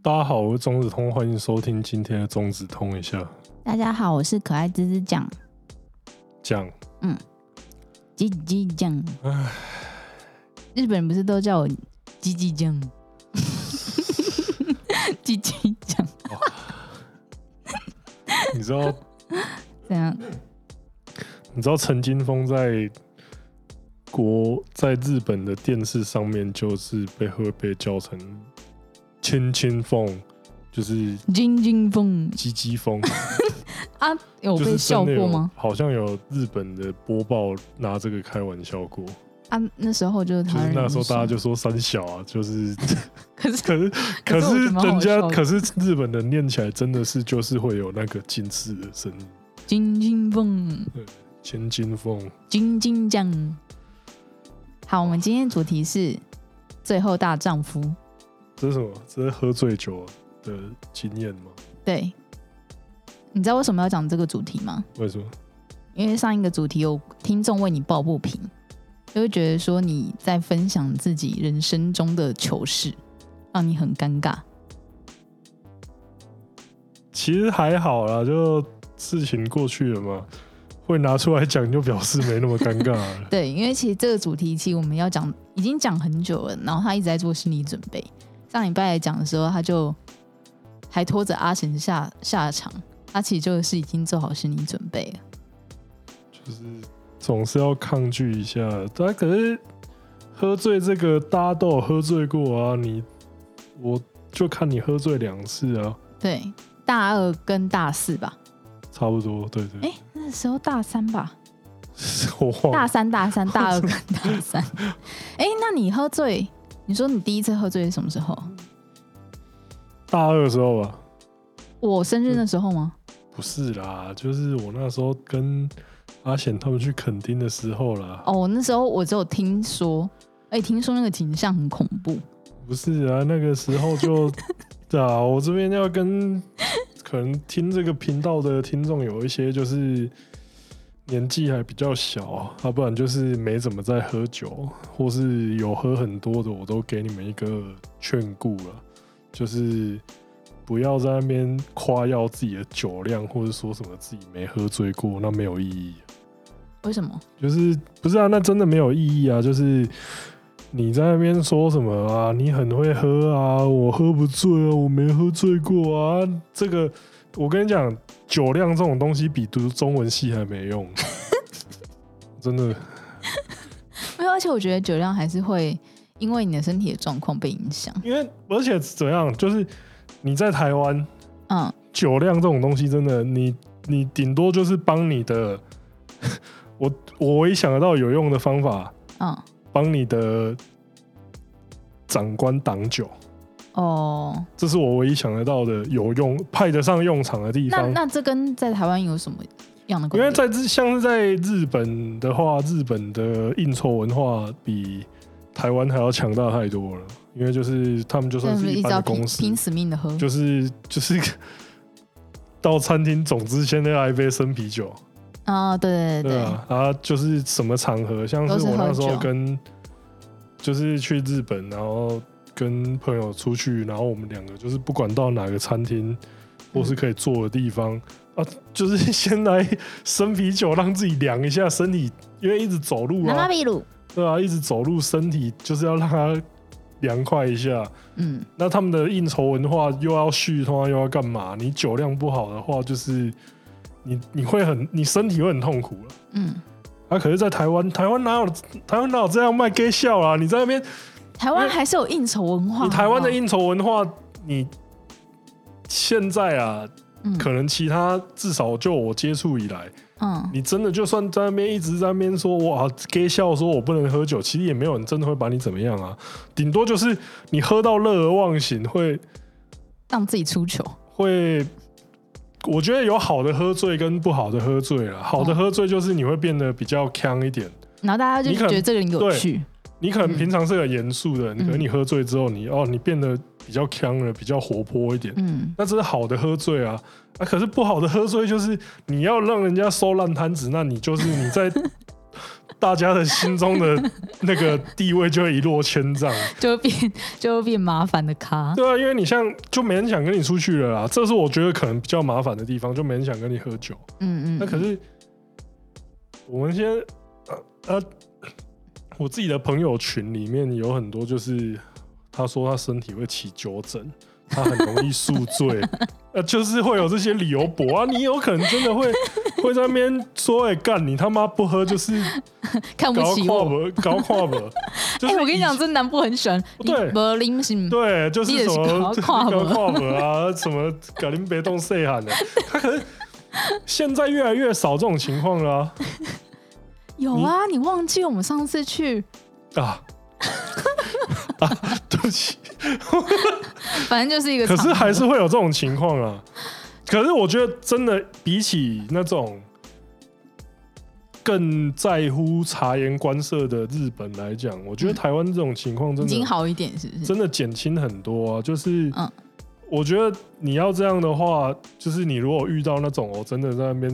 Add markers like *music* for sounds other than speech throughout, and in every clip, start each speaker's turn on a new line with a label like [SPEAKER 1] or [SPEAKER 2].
[SPEAKER 1] 大家好，我是中子通，欢迎收听今天的中子通一下
[SPEAKER 2] 大家好，我是可爱滋滋酱，
[SPEAKER 1] 讲
[SPEAKER 2] 叽叽酱。日本人不是都叫我叽叽酱， *laughs* 叽叽酱
[SPEAKER 1] *laughs* 你知道，
[SPEAKER 2] 这样？
[SPEAKER 1] 你知道陈金峰在国在日本的电视上面，就是被会被叫成“千千风”，就是
[SPEAKER 2] 金金
[SPEAKER 1] “
[SPEAKER 2] 风
[SPEAKER 1] 鸡鸡风
[SPEAKER 2] 啊，”， *laughs* 有
[SPEAKER 1] 就是
[SPEAKER 2] 被笑
[SPEAKER 1] 真的
[SPEAKER 2] 过
[SPEAKER 1] 有
[SPEAKER 2] 吗？？
[SPEAKER 1] 好像有日本的播报拿这个开玩笑过，
[SPEAKER 2] 啊，那时候就是
[SPEAKER 1] 就是
[SPEAKER 2] 台湾人
[SPEAKER 1] 那时候大家
[SPEAKER 2] 就
[SPEAKER 1] 就说“三小”啊，就是 *laughs*
[SPEAKER 2] 可是
[SPEAKER 1] 可是可
[SPEAKER 2] 可是我
[SPEAKER 1] 是
[SPEAKER 2] 觉得蛮好
[SPEAKER 1] 人家
[SPEAKER 2] 笑的
[SPEAKER 1] 可是日本人念起来真的是就是会有那个近似的声音，
[SPEAKER 2] 金金风
[SPEAKER 1] 千金风。
[SPEAKER 2] 金金酱。好，我们今天的主题是最后大丈夫。
[SPEAKER 1] 这是什么？这是喝醉酒的经验吗？
[SPEAKER 2] 对，你知道为什么要讲这个主题吗？
[SPEAKER 1] 为什么？
[SPEAKER 2] 因为上一个主题有听众为你抱不平，就会觉得说你在分享自己人生中的糗事，让你很尴尬。。
[SPEAKER 1] 其实还好啦，就事情过去了嘛，会拿出来讲就表示没那么尴尬了
[SPEAKER 2] 对，因为其实这个主题其实我们要讲已经讲很久了，然后他一直在做心理准备。上礼拜来讲的时候，他就还拖着阿神下下场，他其实就是已经做好心理准备了。
[SPEAKER 1] 就是总是要抗拒一下，但可是喝醉这个大家都有喝醉过啊，你我就看你喝醉两次啊，
[SPEAKER 2] 对，大二跟大四吧，
[SPEAKER 1] 差不多，对对
[SPEAKER 2] 哎那时候大三吧，
[SPEAKER 1] 我忘
[SPEAKER 2] 大
[SPEAKER 1] 了。
[SPEAKER 2] 三、大三、大
[SPEAKER 1] *laughs*
[SPEAKER 2] 二跟大三。哎、那你喝醉？你说你第一次喝醉是什么时候？
[SPEAKER 1] 大二的时候吧，
[SPEAKER 2] 我生日那时候吗？
[SPEAKER 1] 不是啦，就是我那时候跟阿显他们去垦丁的时候啦。
[SPEAKER 2] 哦，那时候我只有听说，哎、听说那个景象很恐怖。
[SPEAKER 1] 不是啊，那个时候就对啊，我这边要跟可能听这个频道的听众有一些就是年纪还比较小啊，啊不然就是没怎么在喝酒，或是有喝很多的，我都给你们一个劝顾了，就是不要在那边夸耀自己的酒量，或者说什么自己没喝醉过，那没有意义。
[SPEAKER 2] 为什么？
[SPEAKER 1] 就是不是啊？那真的没有意义啊！就是你在那边说什么啊？你很会喝啊，我喝不醉啊，我没喝醉过啊。这个我跟你讲，酒量这种东西比读中文系还没用， *laughs* 真的。
[SPEAKER 2] 没有，而且我觉得酒量还是会因为你的身体的状况被影响。
[SPEAKER 1] 因为而且怎样，就是你在台湾，
[SPEAKER 2] 嗯，
[SPEAKER 1] 酒量这种东西，真的，你你顶多就是帮你的， *laughs* 我我唯一想得到有用的方法，
[SPEAKER 2] 嗯，
[SPEAKER 1] 帮你的长官挡酒。
[SPEAKER 2] 哦，
[SPEAKER 1] 这是我唯一想得到的有用、派得上用场的地
[SPEAKER 2] 那
[SPEAKER 1] 方。
[SPEAKER 2] 那这跟在台湾有什么样的关
[SPEAKER 1] 因
[SPEAKER 2] 系？
[SPEAKER 1] 为在日，像是在日本的话，日本的应酬文化比台湾还要强大太多了。因为就是他们就算
[SPEAKER 2] 真的
[SPEAKER 1] 是
[SPEAKER 2] 是
[SPEAKER 1] 一
[SPEAKER 2] 一直
[SPEAKER 1] 般的
[SPEAKER 2] 要
[SPEAKER 1] 公
[SPEAKER 2] 拼
[SPEAKER 1] 司，
[SPEAKER 2] 拼死命的喝。
[SPEAKER 1] 就是 *laughs* 就是到餐厅，总之先来一杯生啤酒，
[SPEAKER 2] 啊、对对
[SPEAKER 1] 对
[SPEAKER 2] 对对，
[SPEAKER 1] 啊，然后就是什么场合，像
[SPEAKER 2] 都
[SPEAKER 1] 是
[SPEAKER 2] 是
[SPEAKER 1] 我那
[SPEAKER 2] 喝
[SPEAKER 1] 时候
[SPEAKER 2] 酒
[SPEAKER 1] 跟，就是去日本，然后跟朋友出去，然后我们两个就是不管到哪个餐厅，或
[SPEAKER 2] 嗯
[SPEAKER 1] 是可以坐的地方、啊，就是 *laughs* 先来生啤酒，让自己凉一下身体，因为一直走路
[SPEAKER 2] 南
[SPEAKER 1] 啊
[SPEAKER 2] 马，比鲁，
[SPEAKER 1] 对啊，一直走路，身体就是要让它凉快一下。
[SPEAKER 2] 嗯，
[SPEAKER 1] 那他们的应酬文化又要续通话，又要干嘛？你酒量不好的话，就是你你会很，你身体会很痛苦了。
[SPEAKER 2] 嗯，
[SPEAKER 1] 啊，可是，在台湾，台湾哪有台湾哪有这样卖 gay 笑啊？你在那边，
[SPEAKER 2] 台湾还是有应酬文化。
[SPEAKER 1] 你台湾
[SPEAKER 2] 好不好
[SPEAKER 1] 的应酬文化，你现在啊，
[SPEAKER 2] 嗯
[SPEAKER 1] 可能其他至少就我接触以来，
[SPEAKER 2] 嗯，
[SPEAKER 1] 你真的就算在那边一直在那边说哇 gay 笑，说我不能喝酒，其实也没有人真的会把你怎么样啊，顶多就是你喝到乐而忘形，会
[SPEAKER 2] 让自己出糗。
[SPEAKER 1] 会。我觉得有好的喝醉跟不好的喝醉了。好的
[SPEAKER 2] 哦
[SPEAKER 1] 喝醉就是你会变得比较强一点，
[SPEAKER 2] 然后大家就
[SPEAKER 1] 你可能
[SPEAKER 2] 觉得这个人有
[SPEAKER 1] 对
[SPEAKER 2] 趣，
[SPEAKER 1] 你可能平常是个严肃的人，
[SPEAKER 2] 嗯
[SPEAKER 1] 可能你喝醉之后你，哦，你变得比较呛了，比较活泼一点，
[SPEAKER 2] 嗯，
[SPEAKER 1] 那这是好的喝醉啊。啊，可是不好的喝醉就是你要让人家收烂摊子，那你就是你在大家的心中的那个地位就会一落千丈。
[SPEAKER 2] 就会变就会变麻烦的咖。
[SPEAKER 1] 对啊，因为你像就没人想跟你出去了啦，这是我觉得可能比较麻烦的地方，就没人想跟你喝酒。
[SPEAKER 2] 嗯嗯，
[SPEAKER 1] 那可是我们先呃呃，我自己的朋友群里面有很多就是他说他身体会起纠疹，他很容易宿
[SPEAKER 2] *laughs*
[SPEAKER 1] 醉，呃，就是会有这些理由驳啊，你有可能真的会 *laughs* 会在那边说，哎、干你他妈不喝就是
[SPEAKER 2] 看不
[SPEAKER 1] 搞
[SPEAKER 2] 起
[SPEAKER 1] 跨
[SPEAKER 2] *laughs* 我。
[SPEAKER 1] 博搞跨
[SPEAKER 2] *laughs*
[SPEAKER 1] 博，就
[SPEAKER 2] 哎、
[SPEAKER 1] 是
[SPEAKER 2] 我跟你
[SPEAKER 1] 以
[SPEAKER 2] 讲，这南部很喜欢你
[SPEAKER 1] 对
[SPEAKER 2] 不灵性，
[SPEAKER 1] 对，就是
[SPEAKER 2] 你也
[SPEAKER 1] 什
[SPEAKER 2] 是
[SPEAKER 1] 么
[SPEAKER 2] 搞
[SPEAKER 1] *laughs*
[SPEAKER 2] 跨
[SPEAKER 1] 搞
[SPEAKER 2] 博
[SPEAKER 1] 跨博啊，什么搞林别动谁喊的，他可能现在越来越少这种情况了啊、
[SPEAKER 2] 有啊，你忘记我们上次去，
[SPEAKER 1] 啊 *laughs* 啊，对不起，
[SPEAKER 2] 反正就是一个
[SPEAKER 1] 可
[SPEAKER 2] 场合。
[SPEAKER 1] 是还是会有这种情况啊。可是我觉得真的比起那种更在乎察言观色的日本来讲，我觉得台湾这种情况真
[SPEAKER 2] 已
[SPEAKER 1] 的
[SPEAKER 2] 经好一点，是不是？
[SPEAKER 1] 真的减轻很多啊。就是
[SPEAKER 2] 嗯，
[SPEAKER 1] 我觉得你要这样的话，就是你如果遇到那种我哦真的在那边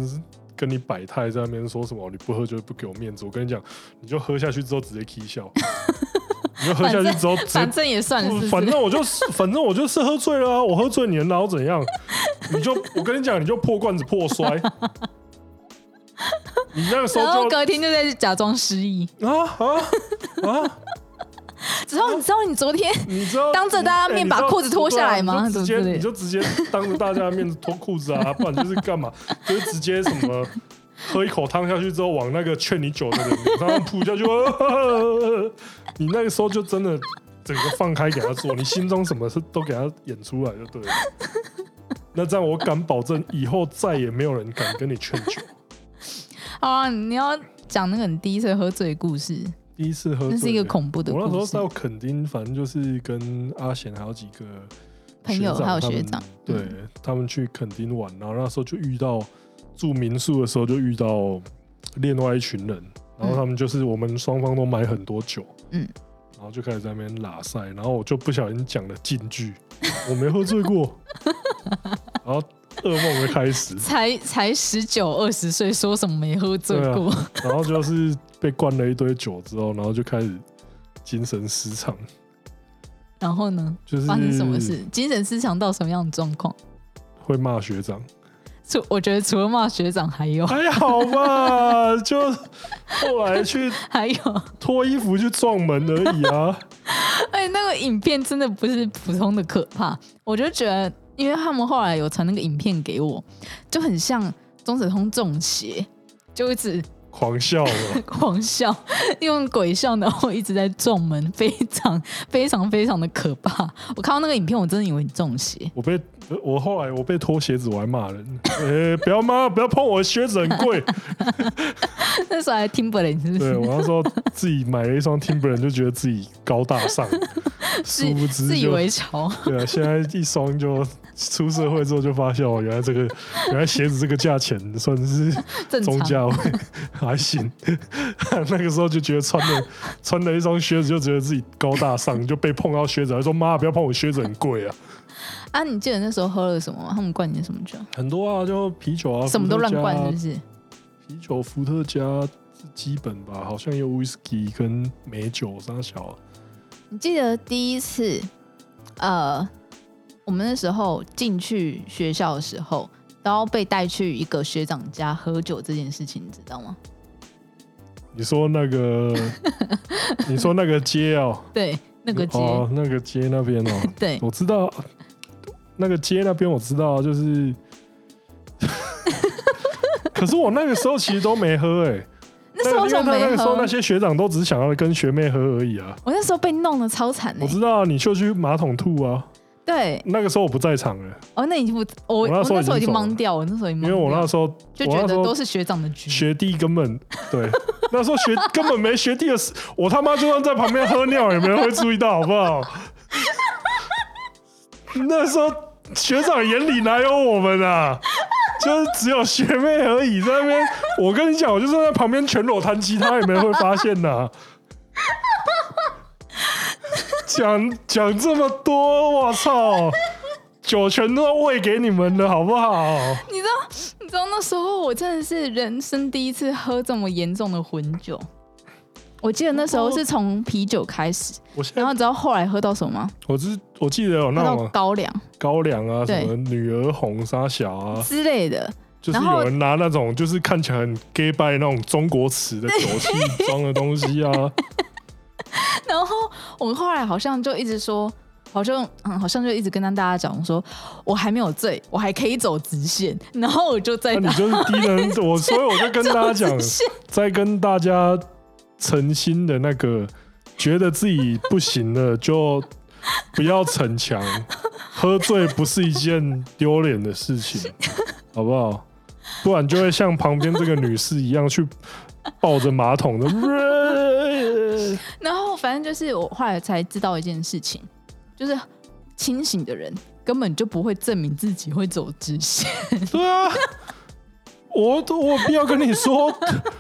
[SPEAKER 1] 跟你摆态，在那边说什么你不喝就是不给我面子，我跟你讲，你就喝下去之后直接 k 笑，你就喝下去之后直接
[SPEAKER 2] 反正也算了，是不是？
[SPEAKER 1] 嗯反正我
[SPEAKER 2] *laughs*
[SPEAKER 1] 就是，反正我就是喝醉了啊！我喝醉你能拿我怎样？你就我跟你讲，你就破罐子破
[SPEAKER 2] *laughs*
[SPEAKER 1] 摔。你那个时
[SPEAKER 2] 然后
[SPEAKER 1] 候就
[SPEAKER 2] 隔天就在假装失忆。
[SPEAKER 1] 啊啊啊！
[SPEAKER 2] 之后你知道你昨天
[SPEAKER 1] 你知道
[SPEAKER 2] 当着大家面
[SPEAKER 1] 哎你
[SPEAKER 2] 把
[SPEAKER 1] 知道
[SPEAKER 2] 裤子脱下来吗
[SPEAKER 1] 你就直
[SPEAKER 2] 怎么
[SPEAKER 1] 接
[SPEAKER 2] 之类的
[SPEAKER 1] 你就直接当着大家的面脱裤子啊， *laughs* 不然就是干嘛？就是直接什么喝一口汤下去之后，往那个劝你酒的人脸上扑下去。 *laughs* 啊你那个时候就真的整个放开给他做，你心中什么事都给他演出来就对了。那这样我敢保证，以后再也没有人敢跟你劝酒。
[SPEAKER 2] 好啊，你要讲那个你第一次喝醉的故事，
[SPEAKER 1] 第一次喝醉，
[SPEAKER 2] 那是一个恐怖的
[SPEAKER 1] 我那时
[SPEAKER 2] 故
[SPEAKER 1] 候
[SPEAKER 2] 事。
[SPEAKER 1] 到垦丁，反正就是跟阿贤还有几个
[SPEAKER 2] 朋友还有学长嗯
[SPEAKER 1] 他们对他们去垦丁玩，然后那时候就遇到住民宿的时候就遇到另外一群人，然后他们就是我们双方都买很多酒，
[SPEAKER 2] 嗯，
[SPEAKER 1] 然后就开始在那边拉塞，然后我就不小心讲了禁句，我没喝醉
[SPEAKER 2] *laughs*
[SPEAKER 1] 过，然后噩梦就开始，
[SPEAKER 2] 才才十九二十岁，说什么没喝醉过？
[SPEAKER 1] 然后就是被灌了一堆酒之后，然后就开始精神失常，
[SPEAKER 2] 然后呢？
[SPEAKER 1] 就是
[SPEAKER 2] 发生什么事？精神失常到什么样的状况？
[SPEAKER 1] 会骂学长。
[SPEAKER 2] 除我觉得除了骂学长，还
[SPEAKER 1] *laughs*
[SPEAKER 2] 有
[SPEAKER 1] 还哎好吧，就后来去
[SPEAKER 2] 还有，
[SPEAKER 1] 脱衣服去撞门而已啊。 *laughs*
[SPEAKER 2] 哎、那个影片真的不是普通的可怕，我就觉得，因为他们后来有传那个影片给我，就很像钟子通中邪，就一直
[SPEAKER 1] 狂笑了，
[SPEAKER 2] 狂笑， *laughs* 用鬼笑，然后一直在撞门，非常非常非常的可怕。我看到那个影片，我真的以为你中邪。 *laughs*
[SPEAKER 1] 我被我后来我被脱鞋子，我还骂人，呃、不要骂，不要碰我的靴子，很
[SPEAKER 2] *laughs*
[SPEAKER 1] 贵。
[SPEAKER 2] 那时候还 Timberland 是不
[SPEAKER 1] 对
[SPEAKER 2] 是？
[SPEAKER 1] 我那时候自己买了一双 Timberland，就觉得自己高大上，殊不知
[SPEAKER 2] *laughs* 自自以
[SPEAKER 1] 就
[SPEAKER 2] 为哦潮，
[SPEAKER 1] *laughs* 对啊，现在一双就出社会之后就发现哦，原来这个原来鞋子这个价钱算是
[SPEAKER 2] 正
[SPEAKER 1] 中
[SPEAKER 2] 常。
[SPEAKER 1] 价位还行， *laughs* 那个时候就觉得穿了穿了一双靴子就觉得自己高大上，就被碰到靴子，还说妈不要碰我靴子很贵啊，
[SPEAKER 2] 啊，你记得那时候喝了什么吗？他们灌你什么酒？
[SPEAKER 1] 很多啊，就啤酒啊，
[SPEAKER 2] 什么都
[SPEAKER 1] 伏特
[SPEAKER 2] 乱
[SPEAKER 1] 加
[SPEAKER 2] 灌是不是？
[SPEAKER 1] 啤酒、伏特加是基本吧，好像有 whisky 跟美酒啥小啊，
[SPEAKER 2] 你记得第一次，呃，我们那时候进去学校的时候，都要被带去一个学长家喝酒这件事情，你知道吗？
[SPEAKER 1] 你说那
[SPEAKER 2] *laughs*
[SPEAKER 1] 个，你说那个街哦，
[SPEAKER 2] 对，那个街，
[SPEAKER 1] 哦，那个街那边
[SPEAKER 2] *laughs*
[SPEAKER 1] 哦，
[SPEAKER 2] 对，
[SPEAKER 1] 我知道那个街那边我知道，
[SPEAKER 2] *laughs*
[SPEAKER 1] 就是，可是我那个时候其实都没喝哎、欸，
[SPEAKER 2] *laughs* 那时候
[SPEAKER 1] 那
[SPEAKER 2] 为什
[SPEAKER 1] 个因
[SPEAKER 2] 么
[SPEAKER 1] 为他那个
[SPEAKER 2] 没
[SPEAKER 1] 时候
[SPEAKER 2] 喝
[SPEAKER 1] 那？些学长都只是想要跟学妹喝而已啊。
[SPEAKER 2] 我那时候被弄得超惨
[SPEAKER 1] 我
[SPEAKER 2] 的、欸
[SPEAKER 1] 知道啊你就去马桶吐啊。
[SPEAKER 2] 对，
[SPEAKER 1] 那个时候我不在场了，
[SPEAKER 2] 哦，那已经不，我
[SPEAKER 1] 我
[SPEAKER 2] 我
[SPEAKER 1] 那时候
[SPEAKER 2] 那时候
[SPEAKER 1] 已
[SPEAKER 2] 已
[SPEAKER 1] 经
[SPEAKER 2] 经
[SPEAKER 1] 走了
[SPEAKER 2] 懵掉，我那时候已经
[SPEAKER 1] 因为我
[SPEAKER 2] 懵掉
[SPEAKER 1] 那时候
[SPEAKER 2] 就
[SPEAKER 1] 我
[SPEAKER 2] 觉
[SPEAKER 1] 那时
[SPEAKER 2] 得
[SPEAKER 1] 候
[SPEAKER 2] 都是学长的局，
[SPEAKER 1] 学弟根本对， *laughs* 那时候学根本没学弟的事，我他妈就算在旁边喝尿，也没人会注意到，好不好？ *laughs* 那时候学长眼里哪有我们啊？就是只有学妹而已，在那边，我跟你讲，我就算在旁边全裸弹吉他，也没人会发现呐、 *laughs* 讲讲这么多，我操，酒全都要喂给你们了，好不好？
[SPEAKER 2] 你知道，你知道那时候我真的是人生第一次喝这么严重的混酒，我记得那时候是从啤酒开始，
[SPEAKER 1] 我现
[SPEAKER 2] 然后
[SPEAKER 1] 在
[SPEAKER 2] 你知道后来喝到什么吗？
[SPEAKER 1] 我只我记得有哦
[SPEAKER 2] 喝
[SPEAKER 1] 那
[SPEAKER 2] 到
[SPEAKER 1] 种
[SPEAKER 2] 高粱
[SPEAKER 1] 高粱啊，
[SPEAKER 2] 对
[SPEAKER 1] 什么女儿红、沙小啊，
[SPEAKER 2] 之类的，
[SPEAKER 1] 就是
[SPEAKER 2] 然后
[SPEAKER 1] 有人拿那种就是看起来很 gay 拜那种中国词的酒器装的东西啊，
[SPEAKER 2] 然后我们后来好像就一直说，好像嗯，好像就一直跟大家讲说，我还没有醉，我还可以走直线。然后我就在
[SPEAKER 1] 那你
[SPEAKER 2] 打
[SPEAKER 1] 就是低能。我所以我就跟大家
[SPEAKER 2] 走
[SPEAKER 1] 讲
[SPEAKER 2] *laughs* 直，线，
[SPEAKER 1] 再跟大家诚心的那个，觉得自己不行了就不要逞强，喝醉不是一件丢脸的事情，好不好？不然就会像旁边这个女士一样去抱着马桶的。
[SPEAKER 2] 然后反正就是我后来才知道一件事情，就是清醒的人根本就不会证明自己会走直线。
[SPEAKER 1] 对啊，我我有必要跟你说，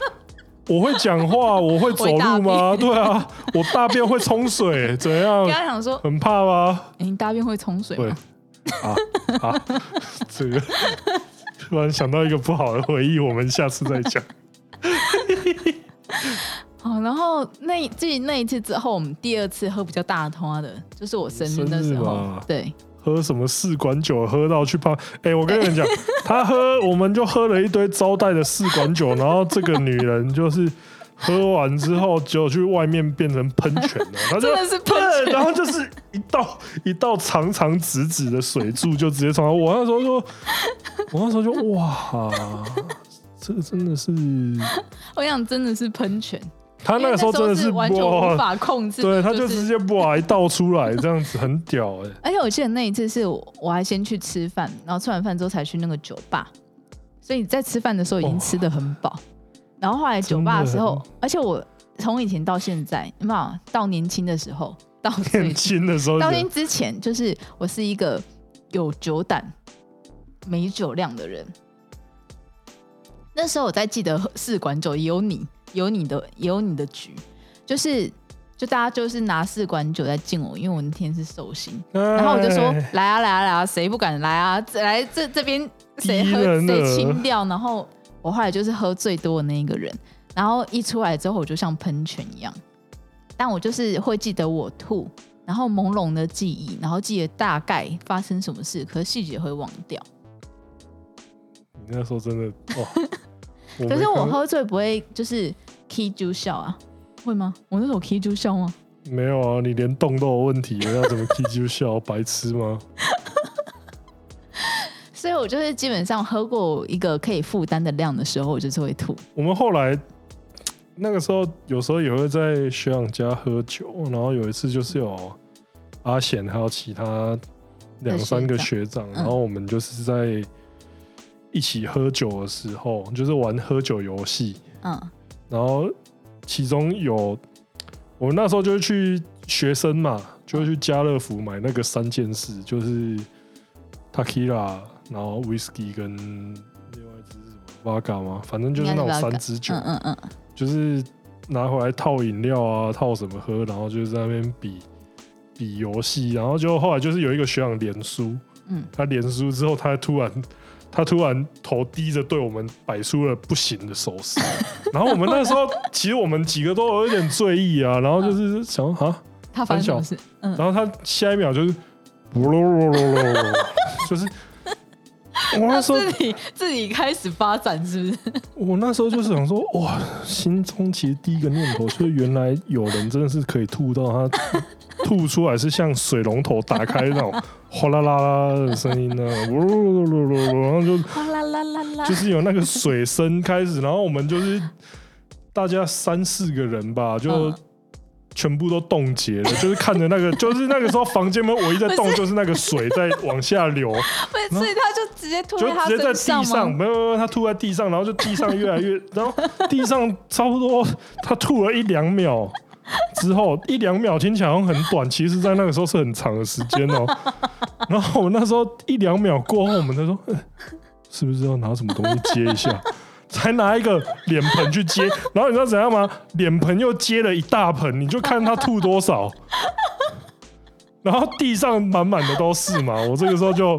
[SPEAKER 1] *laughs* 我会讲话，我会走路吗？对啊，我大便会冲水，怎样
[SPEAKER 2] 跟？他
[SPEAKER 1] *laughs*
[SPEAKER 2] 讲说，
[SPEAKER 1] 很怕吗？
[SPEAKER 2] 哎、你大便会冲水
[SPEAKER 1] 哦对
[SPEAKER 2] 吗？
[SPEAKER 1] 啊啊，这个突然想到一个不好的回忆，我们下次再讲。 *laughs*
[SPEAKER 2] 好，哦然后那一自己那一次之后，我们第二次喝比较大通啊的，就是我生日的时
[SPEAKER 1] 生日
[SPEAKER 2] 候
[SPEAKER 1] 吧，
[SPEAKER 2] 对，
[SPEAKER 1] 喝什么试管酒，喝到去胖。哎、我跟你们讲，他喝，我们就喝了一堆招待的试管酒，然后这个女人就是喝完之后，就去外面变成喷泉了，她就
[SPEAKER 2] 真的是喷
[SPEAKER 1] 对，然后就是一道一道长长直直的水柱就直接从我那时候就，我那时候就哇，这真的是
[SPEAKER 2] 我想真的是喷泉，
[SPEAKER 1] 他那个时候真的
[SPEAKER 2] 因为那时候是完全无
[SPEAKER 1] 哇，
[SPEAKER 2] 法控制，
[SPEAKER 1] 对，他就是直接哇一倒出来，这样子很屌哎、
[SPEAKER 2] 而且我记得那一次是我我还先去吃饭，然后吃完饭之后才去那个酒吧，所以在吃饭的时候已经吃的很饱，然后后来酒吧的时
[SPEAKER 1] 真
[SPEAKER 2] 候
[SPEAKER 1] 的，
[SPEAKER 2] 而且我从以前到现在，有没有到年轻的时候，到最
[SPEAKER 1] 年轻的时候就
[SPEAKER 2] 到年轻之前，就是我是一个有酒胆、没酒量的人。那时候我在记得喝试管酒也有你，有你的，也有你的局，就是就大家就是拿试管酒在敬我，因为我那天是寿星，然后我就说
[SPEAKER 1] 哎
[SPEAKER 2] 来啊来啊来啊，谁不敢来啊？这来这这边谁
[SPEAKER 1] 逼
[SPEAKER 2] 喝
[SPEAKER 1] 人
[SPEAKER 2] 谁
[SPEAKER 1] 了
[SPEAKER 2] 清掉？然后我后来就是喝最多的那一个人，然后一出来之后我就像喷泉一样，但我就是会记得我吐，然后朦胧的记忆，然后记得大概发生什么事，可是细节会忘掉。
[SPEAKER 1] 你那时候真的哇，没
[SPEAKER 2] *laughs* 可是我
[SPEAKER 1] 看
[SPEAKER 2] 喝醉不会就是 key 就笑啊，会吗？我那时候 key 就笑吗？
[SPEAKER 1] 没有啊，你连动都有问题了，要怎么 T Q 笑白痴吗？
[SPEAKER 2] 所以我就是基本上喝过一个可以负担的量的时候，我就是会吐。
[SPEAKER 1] 我们后来那个时候有时候也会在学长家喝酒，然后有一次就是有阿显还有其他两三个学长，
[SPEAKER 2] 嗯
[SPEAKER 1] 然后我们就是在一起喝酒的时候，就是玩喝酒游戏，
[SPEAKER 2] 嗯
[SPEAKER 1] 然后其中有我们那时候就是去学生嘛，就是去家乐福买那个三件事，就是 Takira，然后 Whisky 跟另外一支是什么 v a g a 嘛，反正就是那种
[SPEAKER 2] 应该是 Vodka，
[SPEAKER 1] 三支酒，
[SPEAKER 2] 嗯嗯嗯，
[SPEAKER 1] 就是拿回来套饮料啊，套什么喝，然后就是在那边比比游戏，然后就后来就是有一个学长连输，
[SPEAKER 2] 嗯，
[SPEAKER 1] 他连输之后，他突然他突然头低着对我们摆出了不行的手势，然后我们那时候其实我们几个都有一点醉意啊，然后就是想啊，
[SPEAKER 2] 他发生什么事？嗯，
[SPEAKER 1] 然后他下一秒就是，就是我那时候
[SPEAKER 2] 自己自己开始发展是不是？
[SPEAKER 1] 我那时候就是想说，哇，心中其实第一个念头就是，原来有人真的是可以吐到他 *laughs* 吐出来是像水龙头打开那种哗啦啦啦的声音呢、啊，呜噜噜噜噜噜，然后就
[SPEAKER 2] 哗 *laughs* 啦啦啦啦
[SPEAKER 1] 就，是有那个水声开始，然后我们就是大家三四个人吧，就
[SPEAKER 2] 嗯
[SPEAKER 1] 全部都冻结了，就是看着那个，就是那个时候房间门唯一在动，就是那个水在往下流，
[SPEAKER 2] 不是所以他就直接吐
[SPEAKER 1] 就
[SPEAKER 2] 在他
[SPEAKER 1] 直接在
[SPEAKER 2] 身
[SPEAKER 1] 地上，
[SPEAKER 2] 吗？
[SPEAKER 1] 没有没有，没有他吐在地上，然后就地上越来越，然后地上差不多他吐了一两秒之后，一两秒听起来好像很短，其实在那个时候是很长的时间哦。然后我们那时候一两秒过后，我们才说、呃是不是要拿什么东西接一下？才拿一个脸盆去接，然后你知道怎样吗？脸盆又接了一大盆，你就看他吐多少，然后地上满满的都是嘛。我这个时候就，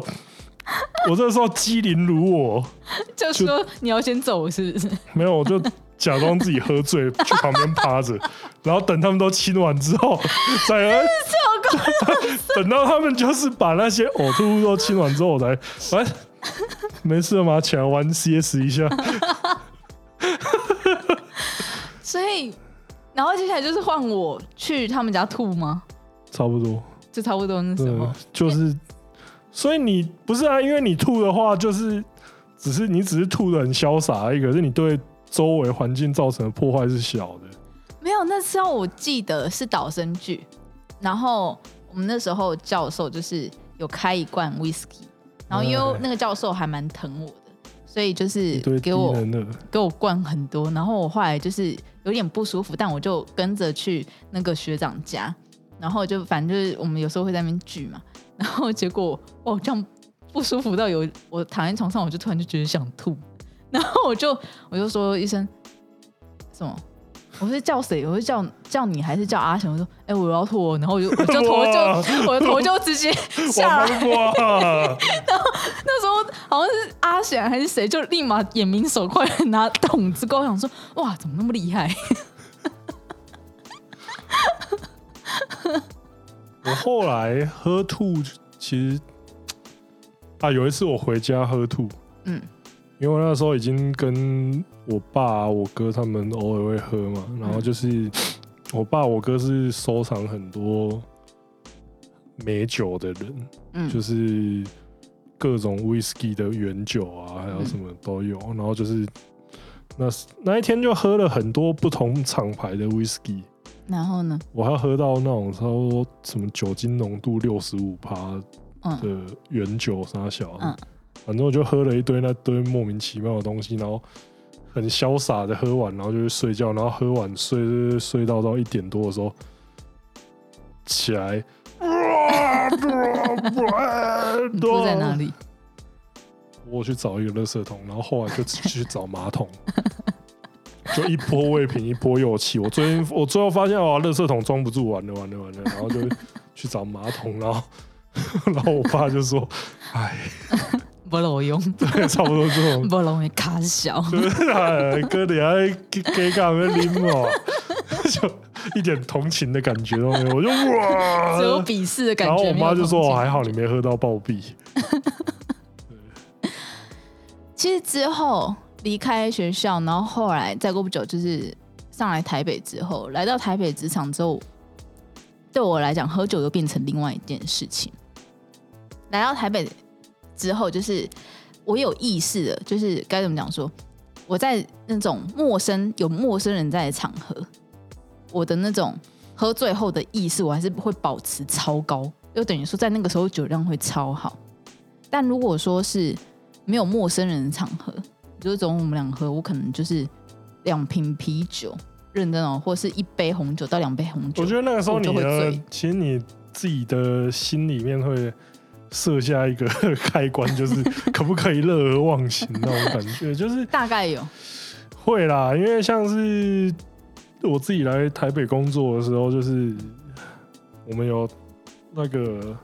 [SPEAKER 1] 我这个时候机灵如我，
[SPEAKER 2] 就说你要先走是不是？
[SPEAKER 1] 没有，我就假装自己喝醉去旁边趴着，然后等他们都亲完之后，再来 *laughs* 等到他们就是把那些呕吐物都清完之后，我才哎没事了嘛，起来玩 CS 一下。
[SPEAKER 2] 所以，然后接下来就是换我去他们家吐吗？
[SPEAKER 1] 差不多，
[SPEAKER 2] 就差不多那时候
[SPEAKER 1] 嗯，，就是，所以你不是啊，因为你吐的话，就是只是你只是吐的很潇洒而已，可是你对周围环境造成的破坏是小的。
[SPEAKER 2] 没有。那时候我记得是导生剧，然后我们那时候教授就是有开一罐 whisky，然后因为
[SPEAKER 1] 嗯
[SPEAKER 2] 那个教授还蛮疼我的，所以就是
[SPEAKER 1] 一堆低
[SPEAKER 2] 给我
[SPEAKER 1] 能的，
[SPEAKER 2] 给我灌很多，然后我后来就是有点不舒服，但我就跟着去那个学长家，然后就反正就是我们有时候会在那边聚嘛，然后结果哦这样不舒服到有我躺在床上，我就突然就觉得想吐， *laughs* 然后我就我就说医生什么。我是叫谁？我是叫叫你还是叫阿翔？我说，哎、我要吐哦，然后我就我就头
[SPEAKER 1] 哇
[SPEAKER 2] 就我的头就直接下来，
[SPEAKER 1] 哇哇！
[SPEAKER 2] 那时候好像是阿显还是谁，就立马眼明手快地拿桶子过来，想说哇，怎么那么厉害？
[SPEAKER 1] 我后来喝吐，其实啊，有一次我回家喝吐，
[SPEAKER 2] 嗯，
[SPEAKER 1] 因为我那时候已经跟我爸、我哥他们偶尔会喝嘛，
[SPEAKER 2] 嗯
[SPEAKER 1] 然后就是我爸、我哥是收藏很多美酒的人，
[SPEAKER 2] 嗯
[SPEAKER 1] 就是各种 whisky 的原酒啊，还有什么都有，然后就是。那那一天就喝了很多不同厂牌的 whisky，
[SPEAKER 2] *laughs* 然后呢？
[SPEAKER 1] 我还喝到那种差不多什么酒精浓度六十五趴
[SPEAKER 2] 嗯
[SPEAKER 1] 的原酒啥小的，
[SPEAKER 2] 嗯
[SPEAKER 1] 反正我就喝了一堆那堆莫名其妙的东西，然后很潇洒的喝完，然后就去睡觉，然后喝完睡睡睡睡到到一点多的时候起
[SPEAKER 2] *laughs*
[SPEAKER 1] 来，哇啊
[SPEAKER 2] 你住在哪？里？
[SPEAKER 1] 我去找一个垃圾桶，然后后来就只去找马桶，就一波未平一波又起。我最近我最后发现哦，垃圾桶装不住，完了完了完了，然后就去找马桶，然后然后我爸就说：“哎，
[SPEAKER 2] 不老用， *laughs*
[SPEAKER 1] 对，差不多这种，
[SPEAKER 2] 不老用，卡小。
[SPEAKER 1] 就是哎哥你还给干嘛拎哦，就一点同情的感觉都没有。”我就
[SPEAKER 2] 只有
[SPEAKER 1] 哇，
[SPEAKER 2] 鄙视的感
[SPEAKER 1] 呃然
[SPEAKER 2] 觉。
[SPEAKER 1] 后我妈
[SPEAKER 2] 没有
[SPEAKER 1] 就说：“哦，
[SPEAKER 2] 同情
[SPEAKER 1] 还好你没喝到暴毙。”
[SPEAKER 2] 其实之后离开学校，然后后来再过不久就是上来台北之后，来到台北职场之后，对我来讲，喝酒又变成另外一件事情。来到台北之后，就是我有意识的，就是该怎么讲说，我在那种陌生有陌生人在的场合，我的那种喝醉后的意识，我还是会保持超高，就等于说在那个时候酒量会超好。但如果说是没有陌生人的场合，就是总共我们两喝，我可能就是两瓶啤酒，认真哦，或是一杯红酒到两杯红酒。
[SPEAKER 1] 我觉得那个时候你
[SPEAKER 2] 我就会
[SPEAKER 1] 的
[SPEAKER 2] 醉，
[SPEAKER 1] 其实你自己的心里面会设下一个 *laughs* 开关，
[SPEAKER 2] *laughs*
[SPEAKER 1] 就是可不可以乐而忘形那种感觉，就是
[SPEAKER 2] 大概有，
[SPEAKER 1] 会啦。因为像是我自己来台北工作的时候，就是我们有那个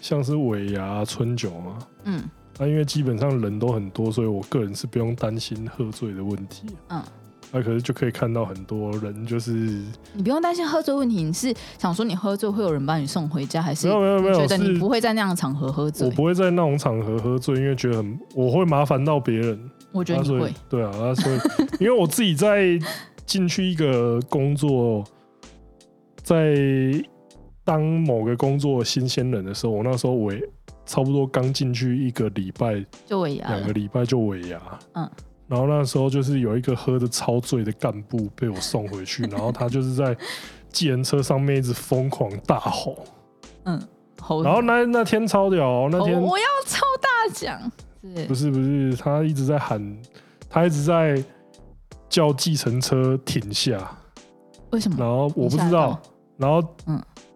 [SPEAKER 1] 像是尾牙、春酒嘛，
[SPEAKER 2] 嗯
[SPEAKER 1] 那、因为基本上人都很多，所以我个人是不用担心喝醉的问题。
[SPEAKER 2] 嗯，
[SPEAKER 1] 那、可是就可以看到很多人就是。
[SPEAKER 2] 你不用担心喝醉问题，你是想说你喝醉会有人把你送回家，还是
[SPEAKER 1] 没有没有没有
[SPEAKER 2] 你觉得
[SPEAKER 1] 是
[SPEAKER 2] 你不会在那样的场合喝醉
[SPEAKER 1] 我？不会在那种场合喝醉，因为觉得很我会麻烦到别人。
[SPEAKER 2] 我觉得
[SPEAKER 1] 啊
[SPEAKER 2] 你
[SPEAKER 1] 所以
[SPEAKER 2] 会，
[SPEAKER 1] 对啊，啊所以 *laughs* 因为我自己在进去一个工作，在当某个工作新鲜人的时候，我那时候我也差不多刚进去一个礼拜、
[SPEAKER 2] 就尾牙
[SPEAKER 1] 两
[SPEAKER 2] 了
[SPEAKER 1] 个。礼拜就尾牙，
[SPEAKER 2] 嗯。
[SPEAKER 1] 然后那时候就是有一个喝的超醉的干部被我送回去，然后他就是在计程车上面一直疯狂大
[SPEAKER 2] *laughs*
[SPEAKER 1] 吼，
[SPEAKER 2] 嗯，猴子
[SPEAKER 1] 然后那那天超屌哦，那
[SPEAKER 2] 猴
[SPEAKER 1] 天
[SPEAKER 2] 我要抽大奖，是
[SPEAKER 1] 不是不是，他一直在喊，他一直在叫计程车停下，
[SPEAKER 2] 为什么？
[SPEAKER 1] 然后我不
[SPEAKER 2] 停
[SPEAKER 1] 知
[SPEAKER 2] 下来干嘛
[SPEAKER 1] 道，然后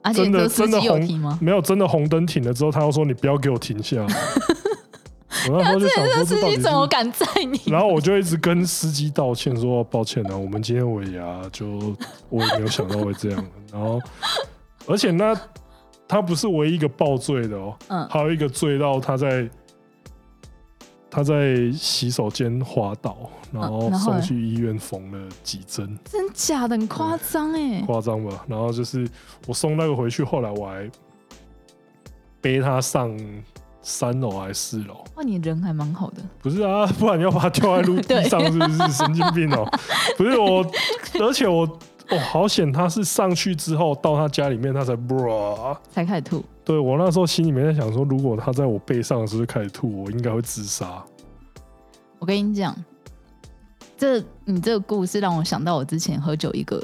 [SPEAKER 2] 而且
[SPEAKER 1] 真的
[SPEAKER 2] 德司
[SPEAKER 1] 真的
[SPEAKER 2] 机有
[SPEAKER 1] 红
[SPEAKER 2] 提吗？
[SPEAKER 1] 没有真的红灯停了之后，他又说你不要给我停下。我那时候就想 *laughs*
[SPEAKER 2] 德
[SPEAKER 1] 说
[SPEAKER 2] 司
[SPEAKER 1] 这到
[SPEAKER 2] 机
[SPEAKER 1] 底
[SPEAKER 2] 怎么
[SPEAKER 1] 是，
[SPEAKER 2] 敢载你？ *laughs*
[SPEAKER 1] 然后我就一直跟司机道歉说抱歉啊，我们今天尾牙就我也没有想到会这样，然后而且那他不是唯一一个爆醉的哦，
[SPEAKER 2] 嗯，
[SPEAKER 1] 还有一个醉到他在他在洗手间滑倒，然后
[SPEAKER 2] 嗯然后
[SPEAKER 1] 送
[SPEAKER 2] 嘞
[SPEAKER 1] 去医院缝了几针，
[SPEAKER 2] 真假的很夸张哎，
[SPEAKER 1] 夸张吧？然后就是我送那个回去，后来我还背他上三楼还是四楼？
[SPEAKER 2] 哇，你人还蛮好的，
[SPEAKER 1] 不是啊，不然要把它丢在路
[SPEAKER 2] *laughs* 对
[SPEAKER 1] 地上是不是？神经病哦、不是我，
[SPEAKER 2] *laughs*
[SPEAKER 1] 而且我哦，好险，他是上去之后到他家里面，他才 bra。
[SPEAKER 2] 才开始吐，
[SPEAKER 1] 对我那时候心里面在想说，如果他在我背上的时候就开始吐，我应该会自杀。
[SPEAKER 2] 我跟你讲，这你这个故事让我想到我之前喝酒一个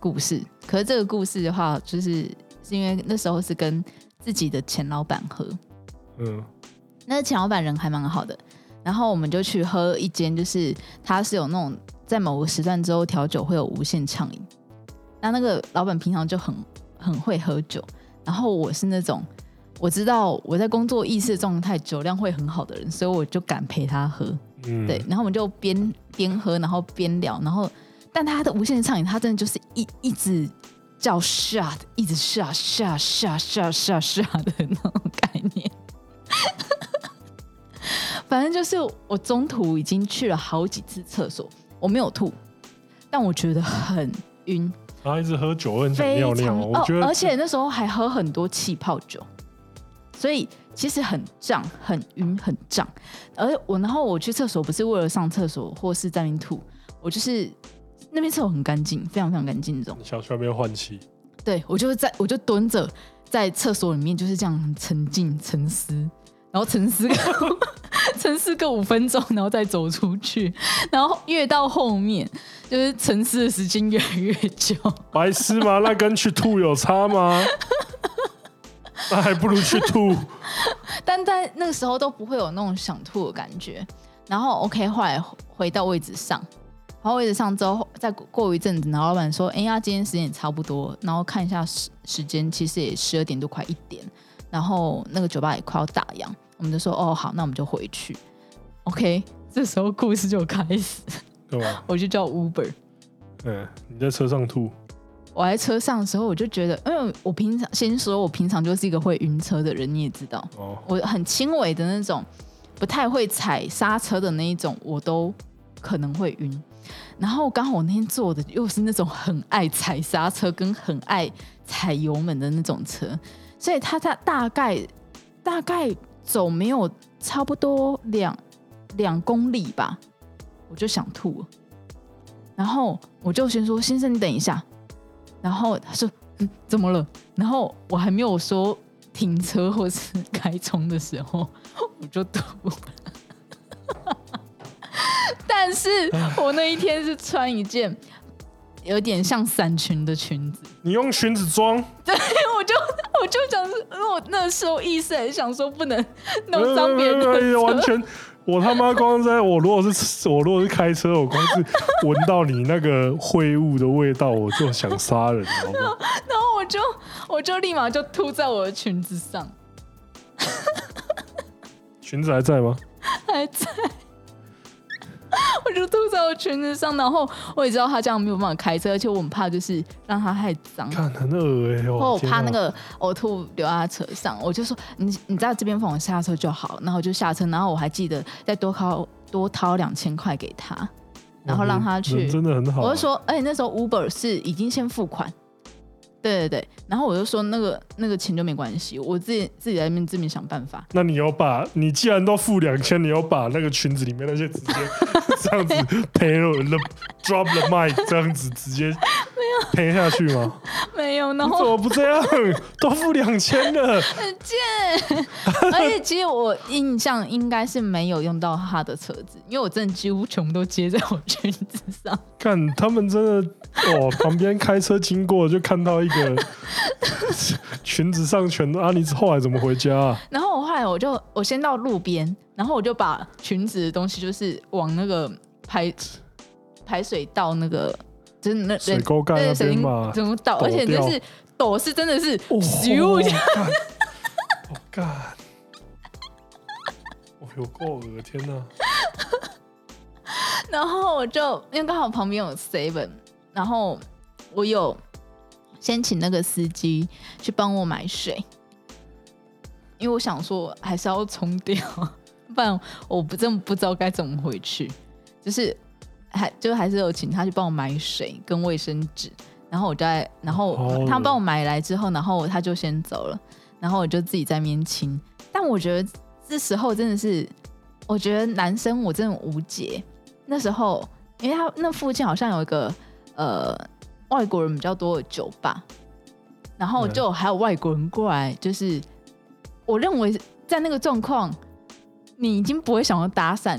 [SPEAKER 2] 故事。可是这个故事的话，就是是因为那时候是跟自己的前老板喝，
[SPEAKER 1] 嗯
[SPEAKER 2] 那前老板人还蛮好的，然后我们就去喝一间，就是它是有那种在某个时段之后调酒会有无限畅饮。那那个老板平常就很很会喝酒，然后我是那种我知道我在工作意识状态酒量会很好的人，所以我就敢陪他喝。
[SPEAKER 1] 嗯，
[SPEAKER 2] 对，，然后我们就边边喝，然后边聊，然后但他的无限畅饮，他真的就是一一直叫 shot，一直 shot shot shot shot shot shot 的那种概念。反正就是我中途已经去了好几次厕所，我没有吐，但我觉得很晕，
[SPEAKER 1] 他一直喝酒，我很想
[SPEAKER 2] 非
[SPEAKER 1] 尿
[SPEAKER 2] 常
[SPEAKER 1] 尿。我觉得，
[SPEAKER 2] 哦，而且那时候还喝很多气泡酒，所以其实很胀、很晕、很胀。而我然后我去厕所不是为了上厕所或是在那边吐，我就是那边厕所很干净，非常非常干净那种。
[SPEAKER 1] 你小区那边换气，
[SPEAKER 2] 对我就是在我就蹲着在厕所里面就是这样沉浸沉思，然后沉思个沉思个五 *laughs* 分钟，然后再走出去，然后越到后面就是沉思的时间越来越久。
[SPEAKER 1] 白痴吗？那跟去吐有差吗？ *laughs* 那还不如去吐。
[SPEAKER 2] 但在那个时候都不会有那种想吐的感觉。然后 OK，后来回到位置上，然后位置上之后，再过过一阵子，然后老板说：“哎、呀，今天时间也差不多。”然后看一下时时间，其实也十二点多快一点，然后那个酒吧也快要打烊，我们就说：“哦，好，那我们就回去。”OK，这 *laughs* 时候故事就开始，
[SPEAKER 1] 干嘛？
[SPEAKER 2] 我就叫 Uber。
[SPEAKER 1] 嗯，你在车上吐，
[SPEAKER 2] 我在车上的时候，我就觉得，因为我平常先说，我平常就是一个会晕车的人，你也知道，
[SPEAKER 1] 哦，
[SPEAKER 2] 我很轻微的那种，不太会踩刹车的那一种，我都可能会晕。然后刚好我那天坐的又是那种很爱踩刹车跟很爱踩油门的那种车，所以他他大概大概走没有差不多两两公里吧，我就想吐了。然后我就先说：“先生，你等一下。”然后他说：“嗯，怎么了？”然后我还没有说停车或是开冲的时候， *laughs* 我就吐了。但是我那一天是穿一件有点像伞裙的裙子，
[SPEAKER 1] 你用裙子装，
[SPEAKER 2] *laughs* 我就我就想说，我那时候意思很想说不能弄
[SPEAKER 1] 没有
[SPEAKER 2] 脏
[SPEAKER 1] 没
[SPEAKER 2] 别
[SPEAKER 1] 有
[SPEAKER 2] 人
[SPEAKER 1] 没有
[SPEAKER 2] *laughs* 的
[SPEAKER 1] 没
[SPEAKER 2] 车
[SPEAKER 1] 有完全，我他妈光在我如果是我如果是开车，我光是闻到你那个秽物的味道，我就想杀人，好不好？
[SPEAKER 2] 然后我就我就立马就吐在我的裙子上，
[SPEAKER 1] 裙子还在吗？
[SPEAKER 2] 还在。 *laughs* 我就吐在我裙子上，然后我也知道他这样没有办法开车，而且我很怕就是让他太脏，
[SPEAKER 1] 看很恶哎、
[SPEAKER 2] 然后
[SPEAKER 1] 哦，
[SPEAKER 2] 我
[SPEAKER 1] 天
[SPEAKER 2] 怕
[SPEAKER 1] 啊
[SPEAKER 2] 那个呕吐留在他车上，我就说你你在这边放我下车就好，然后我就下车，然后我还记得再多掏多掏两千块给他，然后让他
[SPEAKER 1] 人
[SPEAKER 2] 去
[SPEAKER 1] 人真的很好啊、
[SPEAKER 2] 我就说，而且那时候 Uber 是已经先付款，对对对，然后我就说那个那个钱就没关系，我自己自己在那边自己想办法。
[SPEAKER 1] 那你有把你既然都付两千，你有把那个裙子里面那些直接这样子 pay the drop the mic 这样子直接赔下去吗？
[SPEAKER 2] *laughs* 没有，然
[SPEAKER 1] 你怎
[SPEAKER 2] 后
[SPEAKER 1] 么不这样？都付两千了，
[SPEAKER 2] 而且其实我印象应该是没有用到他的车子，因为我真的几乎全部都接在我 *laughs* 裙子上。
[SPEAKER 1] 看他们真的哦，旁边开车经过就看到一
[SPEAKER 2] *laughs*
[SPEAKER 1] 个裙子上全啊，你后来怎么回家、啊？
[SPEAKER 2] 然后我后来我就我先到路边，然后我就把裙子的东西就是往那个排排水道那个就是那
[SPEAKER 1] 水沟盖那
[SPEAKER 2] 对水
[SPEAKER 1] 边
[SPEAKER 2] 晶
[SPEAKER 1] 嘛，
[SPEAKER 2] 怎么倒，
[SPEAKER 1] 抖
[SPEAKER 2] 而且就
[SPEAKER 1] 掉
[SPEAKER 2] 是抖是真的是
[SPEAKER 1] 哦，
[SPEAKER 2] 咻一下
[SPEAKER 1] 干哦干，哦有够恶天哪！
[SPEAKER 2] *laughs* 然后我就因为刚好旁边有 seven，然后我有先请那个司机去帮我买水，因为我想说还是要冲掉， *laughs* 不然我不真不知道该怎么回去。就是还就还是有请他去帮我买水跟卫生纸，然后我在，然后
[SPEAKER 1] 哦
[SPEAKER 2] 他帮我买来之后，然后他就先走了，然后我就自己在那边清。但我觉得这时候真的是，我觉得男生我真的无解。那时候，因为他那附近好像有一个呃外国人比较多的酒吧，然后
[SPEAKER 1] 嗯
[SPEAKER 2] 就还有外国人过来，就是我认为在那个状况，你已经不会想要搭讪，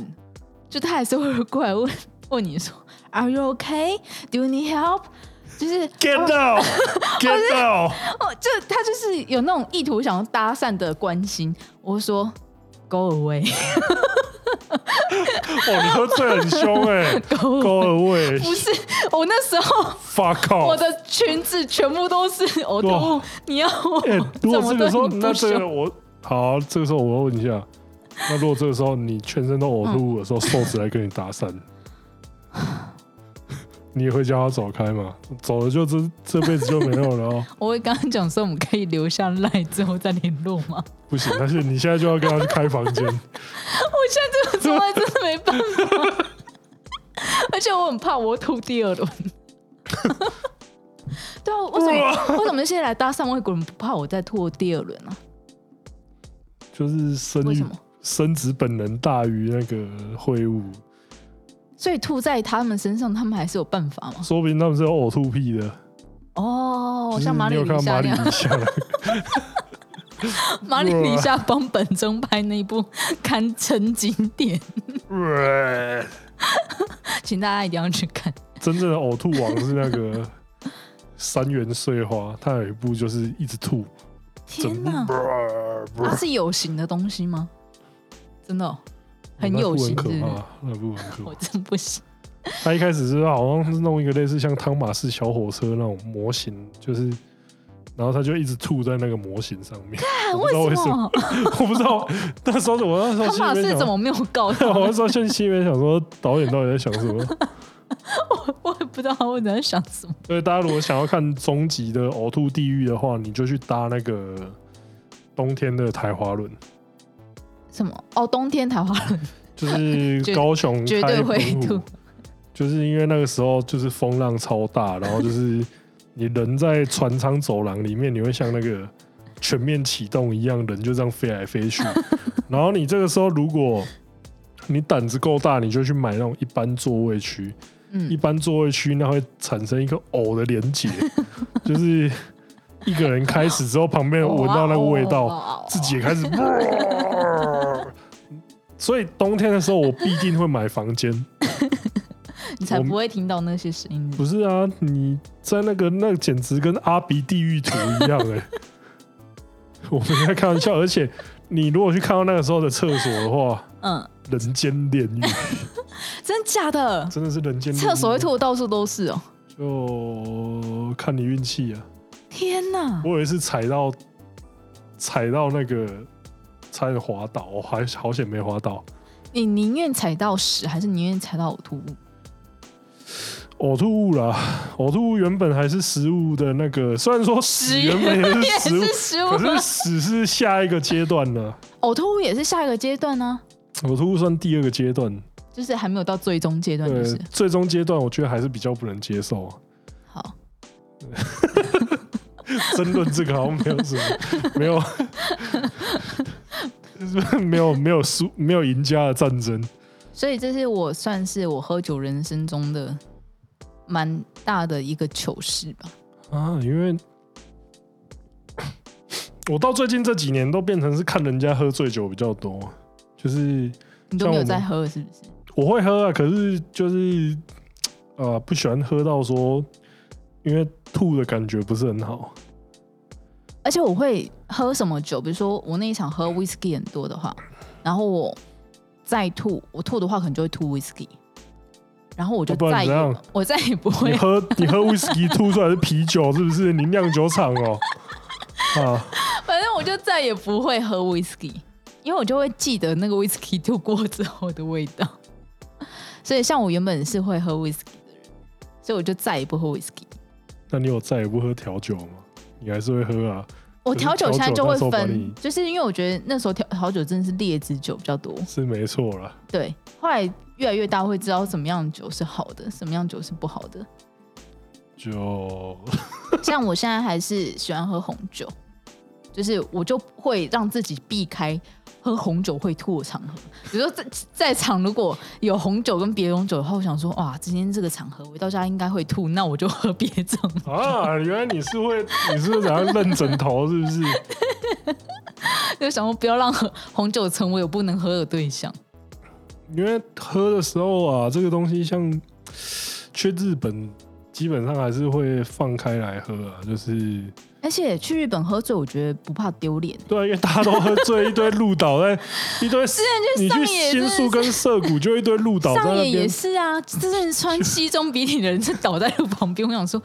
[SPEAKER 2] 就他还是会过来问问你说 Are you okay? Do you need help? 就是
[SPEAKER 1] ，get *laughs* down，get down，
[SPEAKER 2] 哦，就他就是有那种意图想要搭讪的关心。我就说 Go away，Go
[SPEAKER 1] 哦，你喝醉很凶哎，go
[SPEAKER 2] away。*laughs* 不是，我那时候
[SPEAKER 1] away，fuck
[SPEAKER 2] 我
[SPEAKER 1] off。
[SPEAKER 2] 的裙子全部都是呕吐物
[SPEAKER 1] 哇，
[SPEAKER 2] 你要 *laughs* 我
[SPEAKER 1] 哎、如
[SPEAKER 2] 怎
[SPEAKER 1] 果这
[SPEAKER 2] 么对
[SPEAKER 1] 个时候，
[SPEAKER 2] 你
[SPEAKER 1] 那
[SPEAKER 2] 不
[SPEAKER 1] 这
[SPEAKER 2] 凶？
[SPEAKER 1] 个我好，这个时候我要问一下，那如果这个时候你全身都呕
[SPEAKER 2] 嗯
[SPEAKER 1] 吐物的时候，瘦子来跟你搭讪，你也会叫他走开吗？走了就这这辈子就没有了哦，
[SPEAKER 2] 我会刚刚讲说我们可以留下赖之后再联络
[SPEAKER 1] *laughs*
[SPEAKER 2] 吗？
[SPEAKER 1] 不行，但是你现在就要跟他去开房间，
[SPEAKER 2] 我现在这个状态真的没办法，而且我很怕我吐第二轮。 *laughs* 对啊，为什么为什么现在来搭讪外国人不怕我再吐第二轮呢、
[SPEAKER 1] 就是生
[SPEAKER 2] 为什么？
[SPEAKER 1] 生殖本能大于那个秽物，
[SPEAKER 2] 所以吐在他们身上，他们还是有办法吗？
[SPEAKER 1] 说不定他们是有呕吐癖的，
[SPEAKER 2] 哦，
[SPEAKER 1] 就是
[SPEAKER 2] 像马
[SPEAKER 1] 嗯你
[SPEAKER 2] 里
[SPEAKER 1] 有
[SPEAKER 2] 里
[SPEAKER 1] 看到
[SPEAKER 2] 夏
[SPEAKER 1] 马
[SPEAKER 2] 那
[SPEAKER 1] 里
[SPEAKER 2] 样，
[SPEAKER 1] 一下，*laughs*
[SPEAKER 2] *laughs* 马里里夏帮本中拍那一部 *laughs* 堪称经典，请大家一定要去看。
[SPEAKER 1] 真正的呕吐王是那个三元碎花，他有一部就是一直吐，
[SPEAKER 2] 天
[SPEAKER 1] 哪
[SPEAKER 2] 哪，！啊它是有形的东西吗？真的哦、很有
[SPEAKER 1] 那
[SPEAKER 2] 形，
[SPEAKER 1] 部很可
[SPEAKER 2] 是不是
[SPEAKER 1] 怕，那部很可
[SPEAKER 2] 我
[SPEAKER 1] 怕。
[SPEAKER 2] 真不行。
[SPEAKER 1] 他一开始是好像是弄一个类似像汤马士小火车那种模型，就是，然后他就一直吐在那个模型上面。 *laughs* 我不知道
[SPEAKER 2] 啊为
[SPEAKER 1] 为
[SPEAKER 2] 什
[SPEAKER 1] 什么，
[SPEAKER 2] 么
[SPEAKER 1] 我不知道。那时候我那时候
[SPEAKER 2] *laughs* 他
[SPEAKER 1] 心里
[SPEAKER 2] 马
[SPEAKER 1] 面
[SPEAKER 2] 是
[SPEAKER 1] 想
[SPEAKER 2] 怎
[SPEAKER 1] 说，
[SPEAKER 2] 么没有告他？
[SPEAKER 1] *laughs*
[SPEAKER 2] *laughs*
[SPEAKER 1] 我那时候心心里面想说，导演到底在想什么？ *laughs*
[SPEAKER 2] 我也不知道我在想什么。
[SPEAKER 1] 所以大家如果想要看终极的呕吐地狱的话，你就去搭那个冬天的台滑轮，
[SPEAKER 2] 什么？哦，冬天台花轮
[SPEAKER 1] 就是
[SPEAKER 2] *laughs* 绝
[SPEAKER 1] 高雄
[SPEAKER 2] 绝对
[SPEAKER 1] 开
[SPEAKER 2] 会
[SPEAKER 1] 澎湖
[SPEAKER 2] 吐，
[SPEAKER 1] *laughs* 就是因为那个时候就是风浪超大，然后就是你人在船舱走廊里面，你会像那个全面启动一样，人就这样飞来飞
[SPEAKER 2] *laughs*
[SPEAKER 1] 去。然后你这个时候如果你胆子够大，你就去买那种一般座位区，一
[SPEAKER 2] 嗯，
[SPEAKER 1] 般座位区那会产生一个呕的连结，就是一个人开始之后，旁边人闻到那
[SPEAKER 2] 哦
[SPEAKER 1] 个味
[SPEAKER 2] *laughs*
[SPEAKER 1] 道，
[SPEAKER 2] 道
[SPEAKER 1] 自己也开始。所以冬天的时候，我必定会买房间。
[SPEAKER 2] 你才不会听到那些声音。
[SPEAKER 1] 不是啊，你在那个那简直跟阿鼻地狱图一样哎、 *laughs* 我没在开玩笑，而且你如果去看到那个时候的厕所的话，
[SPEAKER 2] 嗯，
[SPEAKER 1] 人间炼狱，
[SPEAKER 2] 真的假的？
[SPEAKER 1] 真的是人间炼狱。
[SPEAKER 2] 厕所会吐得到处都是哦！
[SPEAKER 1] 就看你运气啊。
[SPEAKER 2] 天哪！
[SPEAKER 1] 我有一次踩到踩到那个差点滑倒，我还好险没滑倒。
[SPEAKER 2] 你宁愿踩到屎，还是宁愿踩到呕吐物？
[SPEAKER 1] 呕吐物啦，呕吐物原本还是食物的那个，虽然说屎原本也
[SPEAKER 2] 也
[SPEAKER 1] 是食物，
[SPEAKER 2] 是食物
[SPEAKER 1] 可，是屎是下一个阶段了。
[SPEAKER 2] 呕吐物也是下一个阶段呢、
[SPEAKER 1] 呕吐物算第二个阶段，
[SPEAKER 2] 就是还没有到最终阶嗯段，就
[SPEAKER 1] 对
[SPEAKER 2] 是，
[SPEAKER 1] 最终阶段我觉得还是比较不能接受、啊。
[SPEAKER 2] 好。
[SPEAKER 1] 争论这个好像没有什么，没有，没有没有输没有赢家的战争。
[SPEAKER 2] 所以这是我算是我喝酒人生中的蛮大的一个糗事吧。
[SPEAKER 1] 啊，因为我到最近这几年都变成是看人家喝醉酒比较多，就是
[SPEAKER 2] 你都没有在喝是不是？
[SPEAKER 1] 我会喝啊，可是就是呃不喜欢喝到说，因为吐的感觉不是很好。
[SPEAKER 2] 而且我会喝什么酒，比如说我那一场喝 whisky 很多的话，然后我再吐，我吐的话可能就会吐 whisky，然后我就
[SPEAKER 1] 哦不然
[SPEAKER 2] 再
[SPEAKER 1] 怎
[SPEAKER 2] 也
[SPEAKER 1] 样
[SPEAKER 2] 我再也不
[SPEAKER 1] 你
[SPEAKER 2] 会，
[SPEAKER 1] 喝你喝 whisky 吐出来是啤酒是不是？你酿酒厂哦、啊，
[SPEAKER 2] 反正我就再也不会喝 whisky，因为我就会记得那个 whisky 吐过之后的味道。所以像我原本是会喝 whisky 的人，所以我就再也不喝 whisky。
[SPEAKER 1] 那你有再也不喝调酒吗？你还是会喝啊，
[SPEAKER 2] 我调酒现在就
[SPEAKER 1] 调酒那
[SPEAKER 2] 会
[SPEAKER 1] 时候把
[SPEAKER 2] 分
[SPEAKER 1] 你，
[SPEAKER 2] 就是因为我觉得那时候调调酒真的是劣质酒比较多，
[SPEAKER 1] 是没错啦。
[SPEAKER 2] 对。后来越来越大会知道什么样的酒是好的，什么样的酒是不好的。
[SPEAKER 1] 就
[SPEAKER 2] 像我现在还是喜欢喝红酒，就是我就会让自己避开喝红酒会吐的场合。比如说在在场如果有红酒跟别种酒的话，我想说哇，今天这个场合我到家应该会吐，那我就喝别种。 *laughs*
[SPEAKER 1] 啊，原来你是会，你是想要认枕头是不是？
[SPEAKER 2] 就想说不要让喝红酒成为我不能喝的对象。
[SPEAKER 1] 因为喝的时候啊，这个东西像去日本，基本上还是会放开来喝啊，就是
[SPEAKER 2] 而且去日本喝醉，我觉得不怕丢脸。
[SPEAKER 1] 对啊，因为大家都喝醉，一堆鹿岛
[SPEAKER 2] *laughs*
[SPEAKER 1] 在，一堆你
[SPEAKER 2] 上
[SPEAKER 1] 去
[SPEAKER 2] 野
[SPEAKER 1] 新
[SPEAKER 2] 真的
[SPEAKER 1] 宿
[SPEAKER 2] 是
[SPEAKER 1] 跟涩谷就一堆鹿岛在
[SPEAKER 2] 上
[SPEAKER 1] 那
[SPEAKER 2] 野也
[SPEAKER 1] 边，
[SPEAKER 2] 是啊，就是穿西装笔挺的人就倒在路旁边，我想说，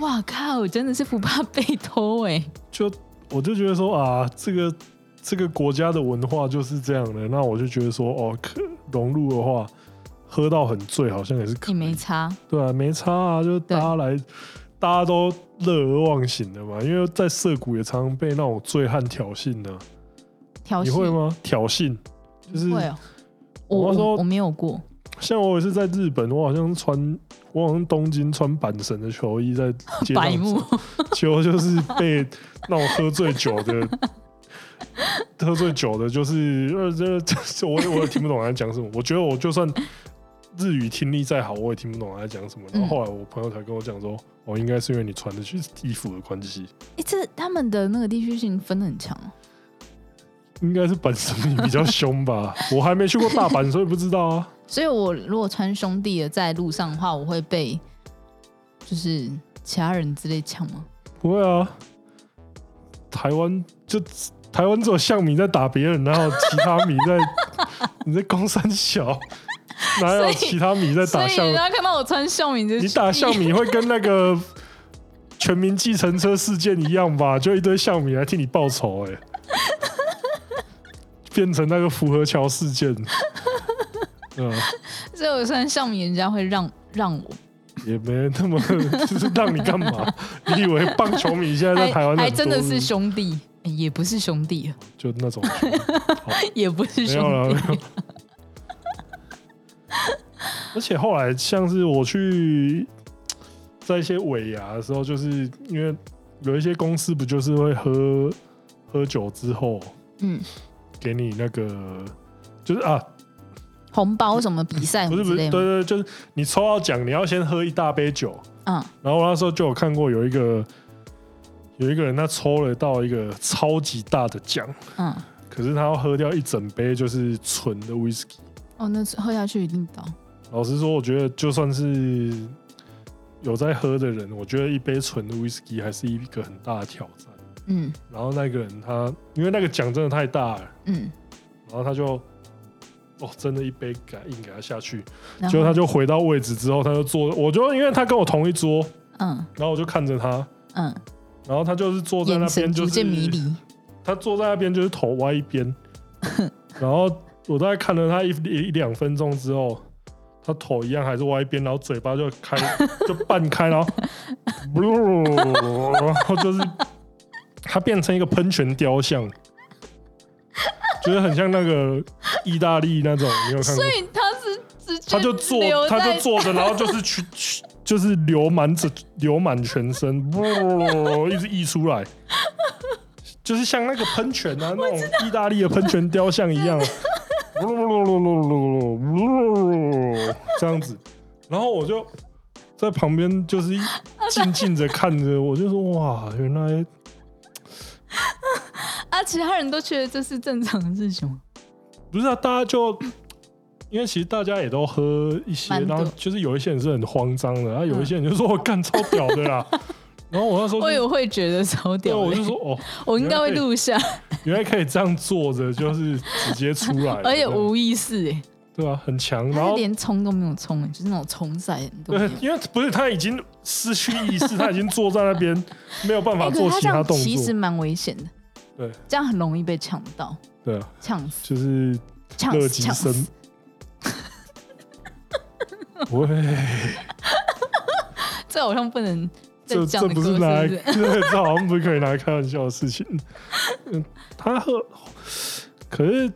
[SPEAKER 2] 哇靠，我真的是不怕被偷 *laughs* 哎、
[SPEAKER 1] 就我就觉得说啊，这个这个国家的文化就是这样的，那我就觉得说哦，可融入的话，喝到很醉好像也是可
[SPEAKER 2] 也
[SPEAKER 1] 以，
[SPEAKER 2] 没差。
[SPEAKER 1] 对啊，没差啊，就是大家来，大家都乐而忘形的嘛。因为在涩谷也常常被那种醉汉挑衅呢、
[SPEAKER 2] 挑
[SPEAKER 1] 你
[SPEAKER 2] 衅
[SPEAKER 1] 会吗？挑衅就是
[SPEAKER 2] 会哦，我
[SPEAKER 1] 我那时候
[SPEAKER 2] 我我没有过，
[SPEAKER 1] 像我也是在日本，我好像穿，我好像东京穿阪神的球衣在街
[SPEAKER 2] *laughs* 白
[SPEAKER 1] 上
[SPEAKER 2] 目
[SPEAKER 1] 走，结果就是被那种喝醉酒的。 *laughs* 喝醉酒的，就是呃，这这我也我也听不懂他在讲什么。我觉得我就算日语听力再好，我也听不懂他在讲什么。然后
[SPEAKER 2] 嗯
[SPEAKER 1] 后来我朋友才跟我讲说，哦，应该是因为你穿的是衣服的关系，
[SPEAKER 2] 哎、这他们的那个地区性分得很强哦。
[SPEAKER 1] 应该是阪神你比较凶吧。我还没去过大阪，所以不知道啊。
[SPEAKER 2] 所以我如果穿兄弟的在路上的话，我会被就是其他人之类抢吗？
[SPEAKER 1] 不会啊，台湾就台湾只有象迷在打别人，然后其他迷在 *laughs* 你在攻三小，哪
[SPEAKER 2] 所
[SPEAKER 1] 有
[SPEAKER 2] 以
[SPEAKER 1] 其他迷在
[SPEAKER 2] 所
[SPEAKER 1] 打
[SPEAKER 2] 以
[SPEAKER 1] 象
[SPEAKER 2] 人？家看到我穿校名就
[SPEAKER 1] 你打象迷会跟那个全民计程车事件一样吧？就一堆象迷来替你报仇、哎，变成那个符合桥事件。嗯，
[SPEAKER 2] *laughs* 所以我穿校名，人家会让让我，
[SPEAKER 1] 也没那么， *laughs* 就是让你干嘛？你以为棒球迷现在在
[SPEAKER 2] 还
[SPEAKER 1] 台湾
[SPEAKER 2] 还
[SPEAKER 1] 很
[SPEAKER 2] 真的
[SPEAKER 1] 多
[SPEAKER 2] 是兄弟，哎也不是兄弟了，
[SPEAKER 1] 就那种
[SPEAKER 2] 也不是
[SPEAKER 1] 没有了。
[SPEAKER 2] 兄
[SPEAKER 1] 没
[SPEAKER 2] 弟， *laughs*
[SPEAKER 1] 有而且后来像是我去在一些尾牙的时候，就是因为有一些公司不就是会喝喝酒之后
[SPEAKER 2] 嗯，
[SPEAKER 1] 给你那个。就是啊，
[SPEAKER 2] 红包什么比赛
[SPEAKER 1] 不是不
[SPEAKER 2] 嗯之
[SPEAKER 1] 是，
[SPEAKER 2] 类
[SPEAKER 1] 对
[SPEAKER 2] 吗？
[SPEAKER 1] 对，就是你抽到奖，你要先喝一大杯酒。
[SPEAKER 2] 嗯，
[SPEAKER 1] 然后我那时候就有看过有一个有一个人，他抽了到一个超级大的奖，
[SPEAKER 2] 嗯，
[SPEAKER 1] 可是他要喝掉一整杯就是纯的 whisky。
[SPEAKER 2] 哦，那是喝下去一定倒，
[SPEAKER 1] 老实说，我觉得就算是有在喝的人，我觉得一杯纯的 whisky 还是一个很大的挑战。
[SPEAKER 2] 嗯
[SPEAKER 1] 然后那个人他，因为那个奖真的太大了，
[SPEAKER 2] 嗯，
[SPEAKER 1] 然后他就哦，真的一杯给他硬给他下去，
[SPEAKER 2] 然
[SPEAKER 1] 结
[SPEAKER 2] 后
[SPEAKER 1] 果他就回到位置之后，他就坐，我就因为他跟我同一桌，
[SPEAKER 2] 嗯
[SPEAKER 1] 然后我就看着他，
[SPEAKER 2] 嗯，
[SPEAKER 1] 然后他就是坐在那
[SPEAKER 2] 眼
[SPEAKER 1] 边
[SPEAKER 2] 神
[SPEAKER 1] 就
[SPEAKER 2] 逐
[SPEAKER 1] 是
[SPEAKER 2] 渐迷离，
[SPEAKER 1] 他坐在那边就是头歪一边，然后我大概看了他一一一两分钟之后，他头一样还是歪一边，然后嘴巴就开就半开，然后然后就是他变成一个喷泉雕像，觉得很像那个意大利那种，你有看过
[SPEAKER 2] 所？以他是直接
[SPEAKER 1] 他就坐
[SPEAKER 2] 留，
[SPEAKER 1] 他
[SPEAKER 2] 在
[SPEAKER 1] 就坐着，然后就是去 *laughs* 去，就是流满整流满全身，一直溢出来，就是像那个喷泉啊，那种意大利的喷泉雕像一样，这样子。然后我就在旁边，
[SPEAKER 2] *laughs*
[SPEAKER 1] 就是静静的看着，我就说哇，原来
[SPEAKER 2] 啊，其他人都觉得这是正常的事情吗？
[SPEAKER 1] 不是啊，大家就因为其实大家也都喝一些，
[SPEAKER 2] 蛮
[SPEAKER 1] 然
[SPEAKER 2] 多嗯
[SPEAKER 1] 后就是有一些人是很慌张的，然后有一些人就说我哦干超屌的
[SPEAKER 2] *laughs*
[SPEAKER 1] 啦。然后我那时候
[SPEAKER 2] 我
[SPEAKER 1] 就
[SPEAKER 2] 也会觉得超
[SPEAKER 1] 对，
[SPEAKER 2] 屌
[SPEAKER 1] 我
[SPEAKER 2] 的，
[SPEAKER 1] 就说哦，
[SPEAKER 2] 我应该会录下，
[SPEAKER 1] 原来可以这样坐着，就是直接出来了，
[SPEAKER 2] *laughs* 而且
[SPEAKER 1] 这样
[SPEAKER 2] 无意识哎，
[SPEAKER 1] 对啊，很强。然
[SPEAKER 2] 他是
[SPEAKER 1] 后
[SPEAKER 2] 连冲都没有冲哎，就是那种冲赛都没
[SPEAKER 1] 对
[SPEAKER 2] 有。，
[SPEAKER 1] 因为不是他已经失去意识，他已经坐在那边
[SPEAKER 2] *laughs*
[SPEAKER 1] 没有办法
[SPEAKER 2] 哎可
[SPEAKER 1] 做
[SPEAKER 2] 是
[SPEAKER 1] 其
[SPEAKER 2] 这
[SPEAKER 1] 他
[SPEAKER 2] 样
[SPEAKER 1] 动
[SPEAKER 2] 其实
[SPEAKER 1] 作。
[SPEAKER 2] 蛮危险的，
[SPEAKER 1] 对，
[SPEAKER 2] 这样很容易被抢到，
[SPEAKER 1] 对啊，
[SPEAKER 2] 呛死，
[SPEAKER 1] 就是
[SPEAKER 2] 呛
[SPEAKER 1] 乐
[SPEAKER 2] 死，
[SPEAKER 1] 极
[SPEAKER 2] 呛
[SPEAKER 1] 生
[SPEAKER 2] 死，。 *laughs*
[SPEAKER 1] 喂，
[SPEAKER 2] 这好像不能，
[SPEAKER 1] 这
[SPEAKER 2] 讲
[SPEAKER 1] 这
[SPEAKER 2] 的
[SPEAKER 1] 不
[SPEAKER 2] 歌
[SPEAKER 1] 是拿来， *laughs*
[SPEAKER 2] 是
[SPEAKER 1] 对，这好像不是可以拿来开玩笑的事情。 *laughs* 嗯，他和可是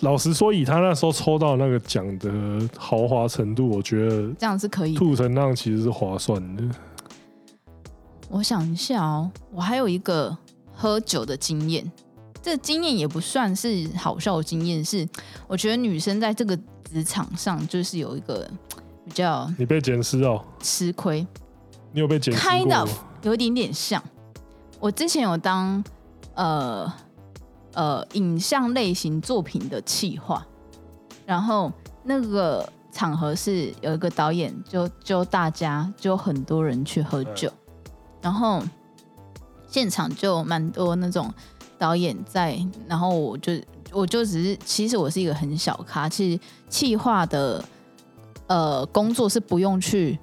[SPEAKER 1] 老实说，以他那时候抽到那个奖的豪华程度，我觉得
[SPEAKER 2] 这样是可以的。
[SPEAKER 1] 吐成那样其实是划算的。
[SPEAKER 2] 我想一下哦，我还有一个喝酒的经验，这经验也不算是好笑的经验，是我觉得女生在这个职场上就是有一个比较
[SPEAKER 1] 你被捡尸哦，
[SPEAKER 2] 吃亏，
[SPEAKER 1] 你有被捡尸
[SPEAKER 2] Kind
[SPEAKER 1] 过
[SPEAKER 2] of
[SPEAKER 1] 吗？
[SPEAKER 2] 有一点点像。我之前有当呃呃影像类型作品的企划，然后那个场合是有一个导演就就大家就很多人去喝酒，然后现场就蛮多那种导演在，然后我就我就只是其实我是一个很小咖，其实企划的呃工作是不用去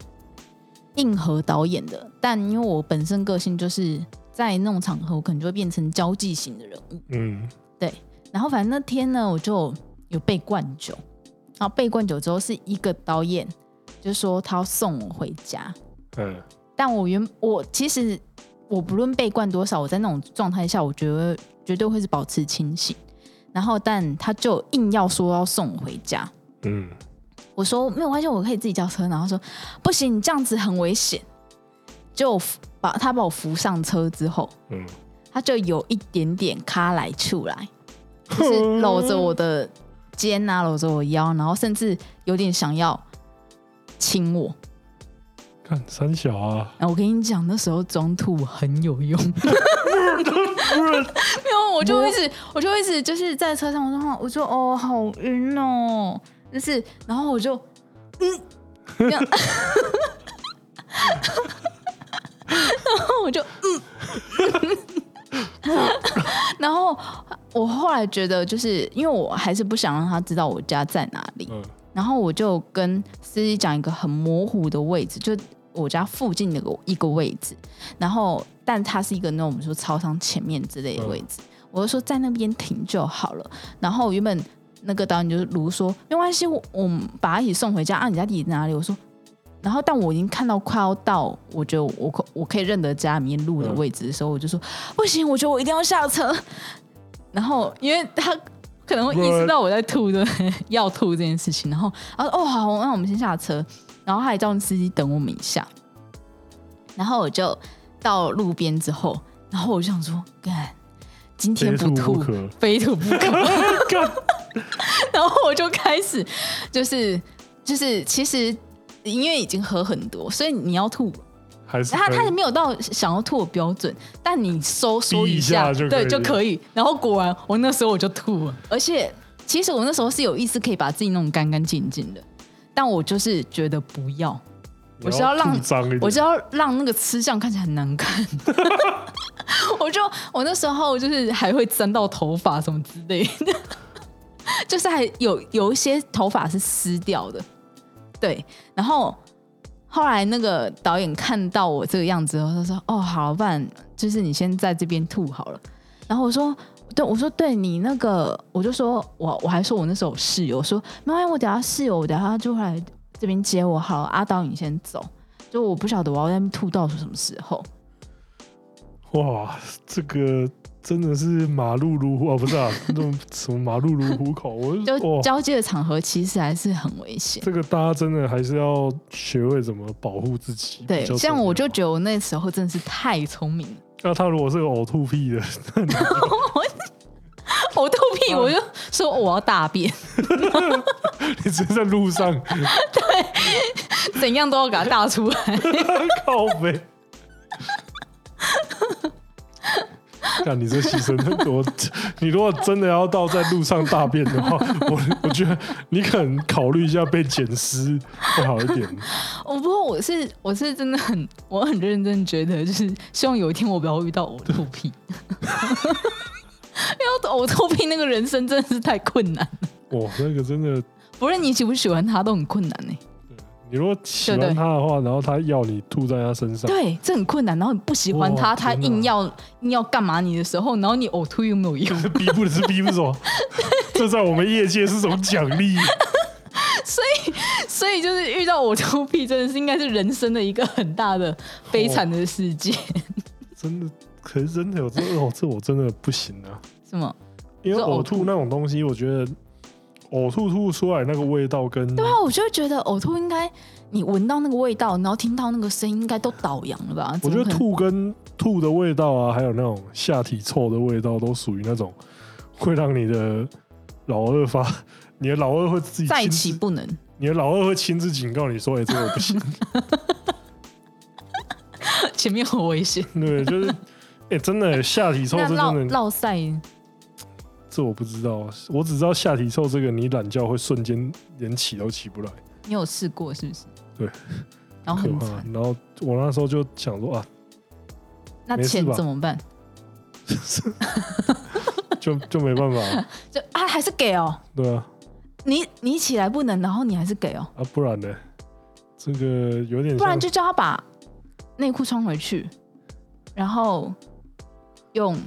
[SPEAKER 2] 硬核导演的，但因为我本身个性就是在那种场合，我可能就会变成交际型的人物。
[SPEAKER 1] 嗯，
[SPEAKER 2] 然后反正那天呢，我就有被灌酒，然后被灌酒之后是一个导演就说他要送我回家，
[SPEAKER 1] 嗯，
[SPEAKER 2] 但我原我其实我不论被灌多少，我在那种状态下，我觉得绝对会是保持清醒。然后但他就硬要说要送我回家，
[SPEAKER 1] 嗯，
[SPEAKER 2] 我说没有关系，我可以自己叫车。然后说不行，你这样子很危险。就把他把我扶上车之后，
[SPEAKER 1] 嗯，
[SPEAKER 2] 他就有一点点卡来出来，就是搂着我的肩啊，搂着我腰，然后甚至有点想要亲我。
[SPEAKER 1] 看三小啊，
[SPEAKER 2] 哎然后我跟你讲，那时候装吐很有用，没有，我就一直，我就一直就是在车上，我说，我说哦，好晕哦，就是，然后我就，嗯，这 *laughs* 样，然后我就，嗯， *laughs* 然后我后来觉得，就是因为我还是不想让他知道我家在哪里，
[SPEAKER 1] 嗯，
[SPEAKER 2] 然后我就跟司机讲一个很模糊的位置，就我家附近的一个一个位置。然后，但它是一个那种我们说超商前面之类的位置，我就说在那边停就好了。然后原本那个导演就是如说没关系，我我们把他一起送回家啊，你家地址哪里？我说。然后，但我已经看到快要到，我觉得我可我可以认得家里面路的位置的时候，我就说不行，我觉得我一定要下车。然后，因为他可能会 *laughs* 意识到我在吐的要吐这件事情，然后然后哦好，那我们先下车，然后他还叫司机等我们一下，然后我就到路边之后，然后我就想说，干，今天
[SPEAKER 1] 非
[SPEAKER 2] 不
[SPEAKER 1] 吐
[SPEAKER 2] 吐
[SPEAKER 1] 不可。
[SPEAKER 2] 非吐不可， *laughs*
[SPEAKER 1] 干
[SPEAKER 2] 然后我就开始就是就是其实因为已经喝很多，所以你要吐
[SPEAKER 1] 还是哎
[SPEAKER 2] 他
[SPEAKER 1] 可以
[SPEAKER 2] 他也没有到想要吐的标准，但你收缩
[SPEAKER 1] 逼一下
[SPEAKER 2] 下，
[SPEAKER 1] 就可
[SPEAKER 2] 对
[SPEAKER 1] 以
[SPEAKER 2] 就可以。然后果然，我那时候我就吐了，而且其实我那时候是有意思可以把自己弄得干干净净的，但我就是觉得不要，我是要让
[SPEAKER 1] 你吐脏一点，
[SPEAKER 2] 我就要让那个吃相看起来很难
[SPEAKER 1] *laughs*
[SPEAKER 2] 看。我就我那时候就是还会沾到头发什么之类的，就是还有有一些头发是湿掉的，对。然后后来那个导演看到我这个样子后，他说：“哦，好，不然就是你先在这边吐好了。”然后我说。对，我说对你那个，我就说我我还说我那时候有室友，我说没关系，我等下室友，我等下就会来这边接我，好了，阿导你先走，就我不晓得我要在那边吐到什么时候。
[SPEAKER 1] 哇，这个真的是马路如虎啊，不是啊，那种什么马路如虎口，我
[SPEAKER 2] *laughs* 就
[SPEAKER 1] 哇，
[SPEAKER 2] 交接的场合其实还是很危险。
[SPEAKER 1] 这个大家真的还是要学会怎么保护自己。
[SPEAKER 2] 对
[SPEAKER 1] 比较，重要
[SPEAKER 2] 像我就觉得我那时候真的是太聪明了，
[SPEAKER 1] 那他如果是个呕吐屁的， *laughs*
[SPEAKER 2] 我肚屁我就说我要大便， *laughs*
[SPEAKER 1] 你直接在路上
[SPEAKER 2] 怎样都要给它大出来。
[SPEAKER 1] 靠背。 *laughs* 看你这牺牲得多，你如果真的要到在路上大便的话，我我觉得你可能考虑一下被捡尸会好一点。
[SPEAKER 2] 我哦不过我是我是真的很我很认真觉得，就是希望有一天我不要遇到呕吐屁。 *laughs* 因为呕吐屁那个人生真的是太困难了，
[SPEAKER 1] 哇，那个真的
[SPEAKER 2] 不论你喜不喜欢他都很困难欸呢、
[SPEAKER 1] 你如果喜
[SPEAKER 2] 对对
[SPEAKER 1] 欢他的话，然后他要你吐在他身上， *laughs*
[SPEAKER 2] 对，这很困难。然后你不喜欢他，
[SPEAKER 1] 哇
[SPEAKER 2] 他
[SPEAKER 1] 天哪
[SPEAKER 2] 硬要硬要干嘛你的时候，然后你呕吐又没有用，
[SPEAKER 1] 逼不是逼不是什么？这在我们业界是种奖励。
[SPEAKER 2] 所以就是遇到我秃屁，真的是应该是人生的一个很大的悲
[SPEAKER 1] 哦
[SPEAKER 2] 惨的世界。 *laughs*
[SPEAKER 1] 真的，可是真的有这哦，这我真的不行啊，
[SPEAKER 2] 什么？
[SPEAKER 1] 因为
[SPEAKER 2] 说呕
[SPEAKER 1] 呕吐
[SPEAKER 2] 吐
[SPEAKER 1] 那种东西，我觉得呕吐吐出来那个味道跟
[SPEAKER 2] 对啊，我就觉得呕吐应该，你闻到那个味道，然后听到那个声音，应该都倒阳了吧？
[SPEAKER 1] 我觉得
[SPEAKER 2] 怎么可能
[SPEAKER 1] 吐跟吐的味道啊，还有那种下体臭的味道，都属于那种会让你的老二发，你的老二会自己
[SPEAKER 2] *laughs* 再
[SPEAKER 1] 亲
[SPEAKER 2] 起
[SPEAKER 1] 自，
[SPEAKER 2] 不能。
[SPEAKER 1] 你的老二会亲自警告你说：“哎、这个我不行。
[SPEAKER 2] 前面很危险。”
[SPEAKER 1] *laughs* 对，就是，哎、真的下体臭，
[SPEAKER 2] 那
[SPEAKER 1] 这
[SPEAKER 2] 绕
[SPEAKER 1] 真的，
[SPEAKER 2] 绕赛
[SPEAKER 1] 这我不知道，我只知道下体臭这个，你懒觉会瞬间连起都起不来，
[SPEAKER 2] 你有试过是不是？
[SPEAKER 1] 对，
[SPEAKER 2] 然后
[SPEAKER 1] 可
[SPEAKER 2] 哦很
[SPEAKER 1] 怕
[SPEAKER 2] 惨。。
[SPEAKER 1] 然后我那时候就想说啊，
[SPEAKER 2] 那
[SPEAKER 1] 没事
[SPEAKER 2] 钱
[SPEAKER 1] 吧
[SPEAKER 2] 怎么办？
[SPEAKER 1] 就就没办法，
[SPEAKER 2] 就啊，还是给哦。
[SPEAKER 1] 对啊，
[SPEAKER 2] 你你起来不能，然后你还是给哦，
[SPEAKER 1] 啊不然呢，这个有点像，
[SPEAKER 2] 不然就叫他把内裤穿回去，然后用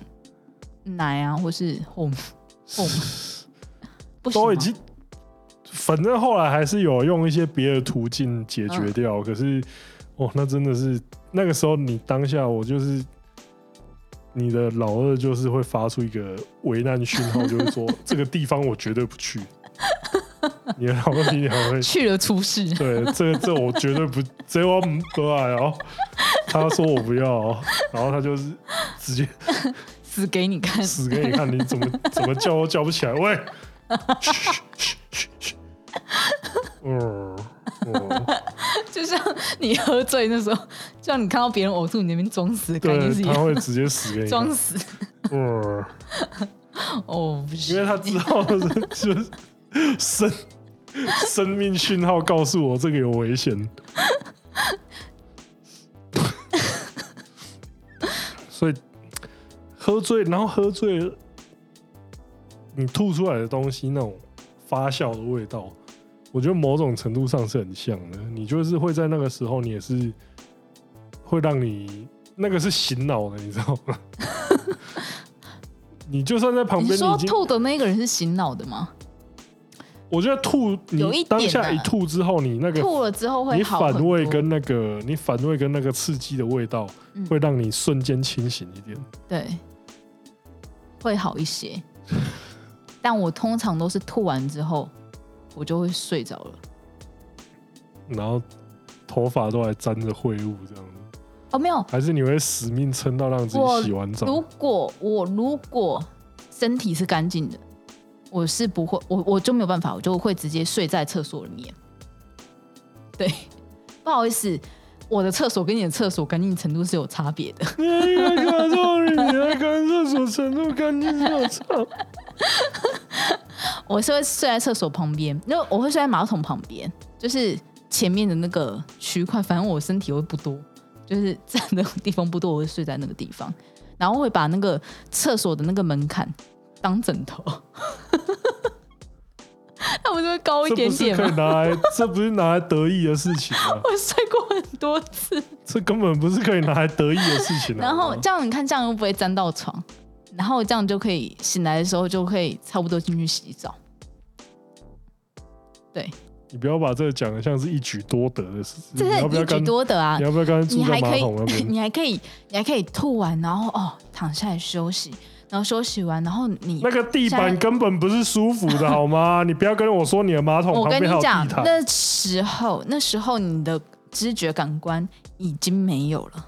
[SPEAKER 2] 奶啊，或是
[SPEAKER 1] *laughs*
[SPEAKER 2] home home，不行吗
[SPEAKER 1] 都已经，反正后来还是有用一些别的途径解决掉。可是，哦，那真的是那个时候你当下我就是你的老二，就是会发出一个危难讯号，就是说这个地方我绝对不去。你的老二比你还会。
[SPEAKER 2] 去了出事。
[SPEAKER 1] 对，这这我绝对不，这我不不爱哦。他说我不要、哦，然后他就是直接
[SPEAKER 2] 死给你看，
[SPEAKER 1] 死给你看，你怎么怎么叫都叫不起来，喂，嘘嘘嘘嘘，嗯嗯，
[SPEAKER 2] *laughs* 就像你喝醉那时候，就像你看到别人呕吐，你那边装死的概念是
[SPEAKER 1] 对，
[SPEAKER 2] 一
[SPEAKER 1] 他
[SPEAKER 2] 样，
[SPEAKER 1] 会直接死给你看
[SPEAKER 2] 装，死。
[SPEAKER 1] 嗯，
[SPEAKER 2] 哦，不
[SPEAKER 1] 因
[SPEAKER 2] 是，
[SPEAKER 1] 为他知道是 *laughs* 就是生生命讯号告诉我这个有危险，所以喝醉，然后喝醉了，你吐出来的东西那种发酵的味道，我觉得某种程度上是很像的。你就是会在那个时候，你也是会让你那个是醒脑的，你知道吗？ *laughs* 你就算在旁
[SPEAKER 2] 你
[SPEAKER 1] 边，
[SPEAKER 2] 是
[SPEAKER 1] 你
[SPEAKER 2] 说
[SPEAKER 1] 已经
[SPEAKER 2] 吐的那个人是醒脑的吗？
[SPEAKER 1] 我觉得吐，
[SPEAKER 2] 有一
[SPEAKER 1] 你
[SPEAKER 2] 点
[SPEAKER 1] 当下
[SPEAKER 2] 啊
[SPEAKER 1] 一吐之后，你那个
[SPEAKER 2] 吐了之后会
[SPEAKER 1] 你
[SPEAKER 2] 好很
[SPEAKER 1] 反胃
[SPEAKER 2] 多
[SPEAKER 1] 跟那个你反胃跟那个刺激的味道
[SPEAKER 2] 嗯，
[SPEAKER 1] 会让你瞬间清醒一点。
[SPEAKER 2] 对会好
[SPEAKER 1] *laughs*
[SPEAKER 2] 一些，但我通常都是吐完之后我就会睡着了。
[SPEAKER 1] 然后头发都还沾着秽物这样子，
[SPEAKER 2] 哦，没有，
[SPEAKER 1] 还是你会死命撑到让自
[SPEAKER 2] 我
[SPEAKER 1] 己洗完 *laughs*
[SPEAKER 2] 如
[SPEAKER 1] 澡？
[SPEAKER 2] 果我如果身体是干净的，我是不会，我我就没有办法，我就会直接睡在厕所里面。对，不好意思，我的厕所跟你的厕所干净程度是有差别的。
[SPEAKER 1] 哎你一个感受你的干厕所程度干净是有差，
[SPEAKER 2] 我是会睡在厕所旁边，因为我会睡在马桶旁边，就是前面的那个区块，反正我身体会不多，就是站的地方不多，我会睡在那个地方，然后会把那个厕所的那个门槛当枕头。 *laughs* 那不是会高一
[SPEAKER 1] 这
[SPEAKER 2] 点啊
[SPEAKER 1] 不是
[SPEAKER 2] 点
[SPEAKER 1] 可
[SPEAKER 2] 吗！
[SPEAKER 1] 以？拿来，这不是拿来得意的事情啊
[SPEAKER 2] *laughs* 我睡过很多
[SPEAKER 1] *laughs*
[SPEAKER 2] 次，
[SPEAKER 1] 这根本不是可以拿来得意的事情啊！
[SPEAKER 2] 然后这样你看，这样又不会沾到床，然后这样就可以醒来的时候就可以差不多进去洗澡。对，
[SPEAKER 1] 你不要把这个讲的像是一举多得的事，
[SPEAKER 2] 这
[SPEAKER 1] 情。嗯你
[SPEAKER 2] 是
[SPEAKER 1] 要不要
[SPEAKER 2] 一举
[SPEAKER 1] 跟
[SPEAKER 2] 多得啊
[SPEAKER 1] 你！要不要刚才
[SPEAKER 2] 你
[SPEAKER 1] 住在
[SPEAKER 2] 还
[SPEAKER 1] 马
[SPEAKER 2] 可以
[SPEAKER 1] 桶那，边？
[SPEAKER 2] *laughs* 你还可以，你还可以吐完，然后哦躺下来休息，然后休息完，然后你
[SPEAKER 1] 那个地板根本不是舒服的好
[SPEAKER 2] *laughs*
[SPEAKER 1] 吗？你不要跟我说你的马桶
[SPEAKER 2] 我
[SPEAKER 1] 旁
[SPEAKER 2] 跟
[SPEAKER 1] 边还
[SPEAKER 2] 你
[SPEAKER 1] 有
[SPEAKER 2] 讲
[SPEAKER 1] 地，毯，
[SPEAKER 2] 那时候那时候你的知觉感官已经没有了，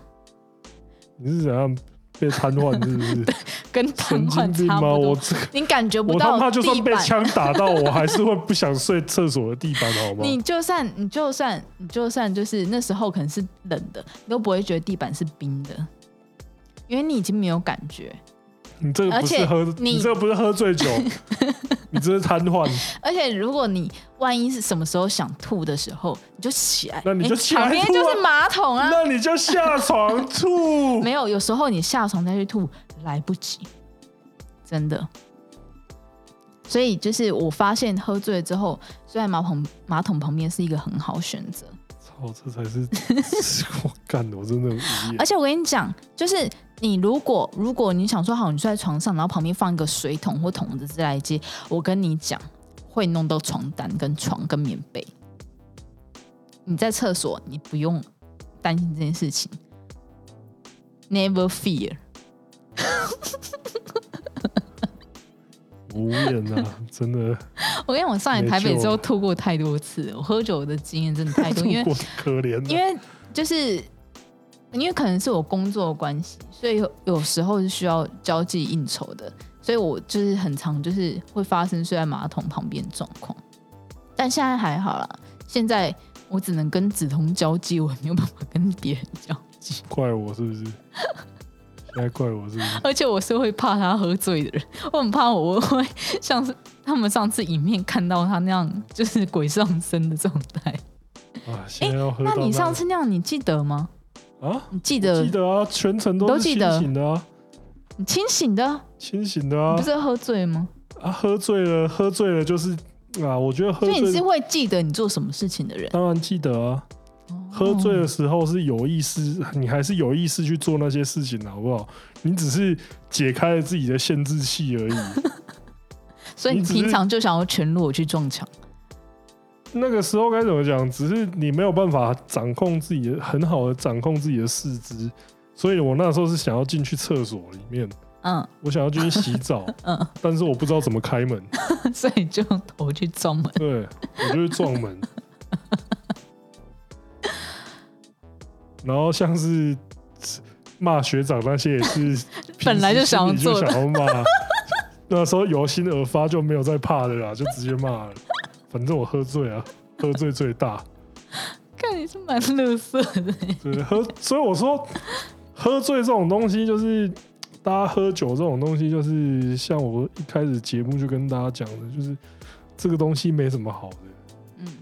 [SPEAKER 2] *laughs*
[SPEAKER 1] 你是怎样被瘫痪是不是？
[SPEAKER 2] 跟 *laughs* 瘫
[SPEAKER 1] 神经
[SPEAKER 2] 痪
[SPEAKER 1] 病吗？
[SPEAKER 2] 差不
[SPEAKER 1] 我
[SPEAKER 2] 多，
[SPEAKER 1] 这
[SPEAKER 2] 你感觉不
[SPEAKER 1] 我他
[SPEAKER 2] 到
[SPEAKER 1] 妈就算
[SPEAKER 2] 地
[SPEAKER 1] 被
[SPEAKER 2] 板。
[SPEAKER 1] 枪打到，我还是会不想睡厕所的地板好吗？
[SPEAKER 2] 你就算你就算你就算就是那时候可能是冷的，你都不会觉得地板是冰的，因为你已经没有感觉。
[SPEAKER 1] 你这个不
[SPEAKER 2] 而且
[SPEAKER 1] 是喝，
[SPEAKER 2] 你
[SPEAKER 1] 你这个不是喝醉
[SPEAKER 2] *laughs*
[SPEAKER 1] 酒，你这是瘫痪。
[SPEAKER 2] 而且如果你万一是什么时候想吐的时候，你就起来，
[SPEAKER 1] 那你就
[SPEAKER 2] 你
[SPEAKER 1] 起来
[SPEAKER 2] 旁边
[SPEAKER 1] 吐啊
[SPEAKER 2] 就是马桶啊。
[SPEAKER 1] 那你就下床吐。
[SPEAKER 2] *laughs* 没有，有时候你下床再去吐来不及，真的。所以就是我发现喝醉之后，睡在马桶马桶旁边是一个很好选择。
[SPEAKER 1] 操，这才是 *laughs* 我干的，我真的无
[SPEAKER 2] 而
[SPEAKER 1] 言。
[SPEAKER 2] 且我跟你讲，就是你如果如果你想说好，你睡在床上，然后旁边放一个水桶或桶子自来接，我跟你讲会弄到床单、跟床、跟棉被。你在厕所，你不用担心这件事情，never fear。
[SPEAKER 1] 无言啊，真的
[SPEAKER 2] 我跟你讲，我上来
[SPEAKER 1] 没
[SPEAKER 2] 台北
[SPEAKER 1] 救
[SPEAKER 2] 之后
[SPEAKER 1] 了
[SPEAKER 2] 吐过太多次了，我喝酒的经验真
[SPEAKER 1] *laughs*
[SPEAKER 2] 的太多， *laughs* 因为
[SPEAKER 1] 我可怜啊的，
[SPEAKER 2] 因为就是因为可能是我工作的关系，所以有有时候是需要交际应酬的，所以我就是很常就是会发生睡在马桶旁边的状况。但现在还好啦，现在我只能跟梓潼交际，我没有办法跟别人交际，
[SPEAKER 1] 怪我是不 *laughs* 是？现在怪我是啊不是？
[SPEAKER 2] 而且我是会怕他喝醉的人，我很怕我会像是他们上次影片看到他那样，就是鬼上身的状态。
[SPEAKER 1] 啊，现在要喝到
[SPEAKER 2] 那你上
[SPEAKER 1] 那
[SPEAKER 2] 次那样，你记得吗？
[SPEAKER 1] 啊，
[SPEAKER 2] 你记得
[SPEAKER 1] 记得啊，全程
[SPEAKER 2] 都
[SPEAKER 1] 都是
[SPEAKER 2] 记
[SPEAKER 1] 清
[SPEAKER 2] 得
[SPEAKER 1] 醒的啊，
[SPEAKER 2] 你清醒的啊，
[SPEAKER 1] 清醒的啊
[SPEAKER 2] 你不，是喝醉吗？
[SPEAKER 1] 啊，喝醉了，喝醉了就是啊，我觉得喝
[SPEAKER 2] 所以你是
[SPEAKER 1] 醉
[SPEAKER 2] 会记得你做什么事情的人。哦
[SPEAKER 1] 当然记得啊，喝醉的时候是有意识，你还是有意识去做那些事情的，好不好？你只是解开了自己的限制器
[SPEAKER 2] *laughs*
[SPEAKER 1] 而已。
[SPEAKER 2] 所以你
[SPEAKER 1] 你只
[SPEAKER 2] 平
[SPEAKER 1] 是
[SPEAKER 2] 常就想要全裸去撞墙。
[SPEAKER 1] 那个时候该怎么讲？只是你没有办法掌控自己的，很好的掌控自己的四肢，所以我那时候是想要进去厕所里面，
[SPEAKER 2] 嗯， *laughs*
[SPEAKER 1] 我想要进去洗澡，但是我不知道怎么开门，
[SPEAKER 2] 所以就用头去撞门。，
[SPEAKER 1] 对我就会撞门。然后像是骂学长那些也是
[SPEAKER 2] *laughs* 本来就想要
[SPEAKER 1] 平时心里
[SPEAKER 2] 做的
[SPEAKER 1] 就想要骂，那时候由心而发就没有再怕的啦，就直接骂了。反正我喝醉啊，喝醉最大。
[SPEAKER 2] 看你是蛮乐色的，
[SPEAKER 1] 对，喝，所以我说，喝醉这种东西，就是大家喝酒这种东西，就是像我一开始节目就跟大家讲的，就是这个东西没什么好的。
[SPEAKER 2] 嗯，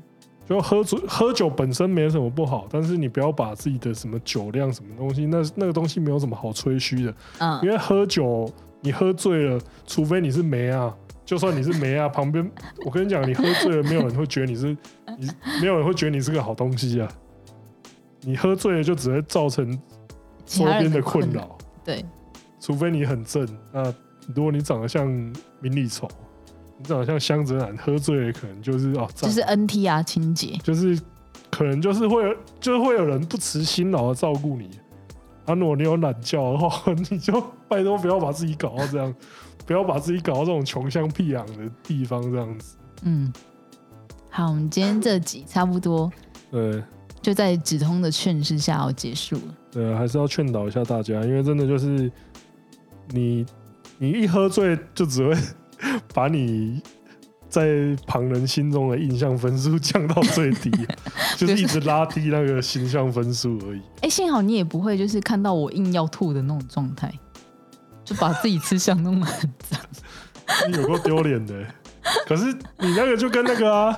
[SPEAKER 1] 就喝醉喝酒本身没什么不好，但是你不要把自己的什么酒量什么东西，那那个东西没有什么好吹嘘的，
[SPEAKER 2] 嗯，
[SPEAKER 1] 因为喝酒你喝醉了，除非你是梅啊，就算你是梅啊，旁边我跟你讲，你喝醉了，没有人会觉得你是你，没有人会觉得你是个好东西啊。你喝醉了就只会造成
[SPEAKER 2] 其
[SPEAKER 1] 周
[SPEAKER 2] 他
[SPEAKER 1] 边
[SPEAKER 2] 人
[SPEAKER 1] 的
[SPEAKER 2] 困
[SPEAKER 1] 困。扰，
[SPEAKER 2] 对，
[SPEAKER 1] 除非你很正。那如果你长得像明理丑，你长得像香泽男，喝醉了可能就是哦，
[SPEAKER 2] 就
[SPEAKER 1] 赞
[SPEAKER 2] 是 NTR 清洁。
[SPEAKER 1] 就是可能就是会有，就是会有人不辞辛劳的照顾你。啊，如果你有懒觉的话， *laughs* 你就拜托不要把自己搞到这样，不要把自己搞到这种穷乡僻壤的地方这样子。
[SPEAKER 2] 嗯，好，我们今天这集差不多
[SPEAKER 1] 对
[SPEAKER 2] 就在止通的劝示下要结束了。
[SPEAKER 1] 对，啊还是要劝导一下大家，因为真的就是你你一喝醉就只会 *laughs* 把你。在旁人心中的印象分数 *laughs* 降到最低，就是一直拉低那个形象分数而已。
[SPEAKER 2] 哎，幸好你也不会就是看到我硬要吐的那种状态，就把自己吃相 *laughs* 弄得很脏。
[SPEAKER 1] 你有够丢脸的欸、可是你那个就跟那个啊，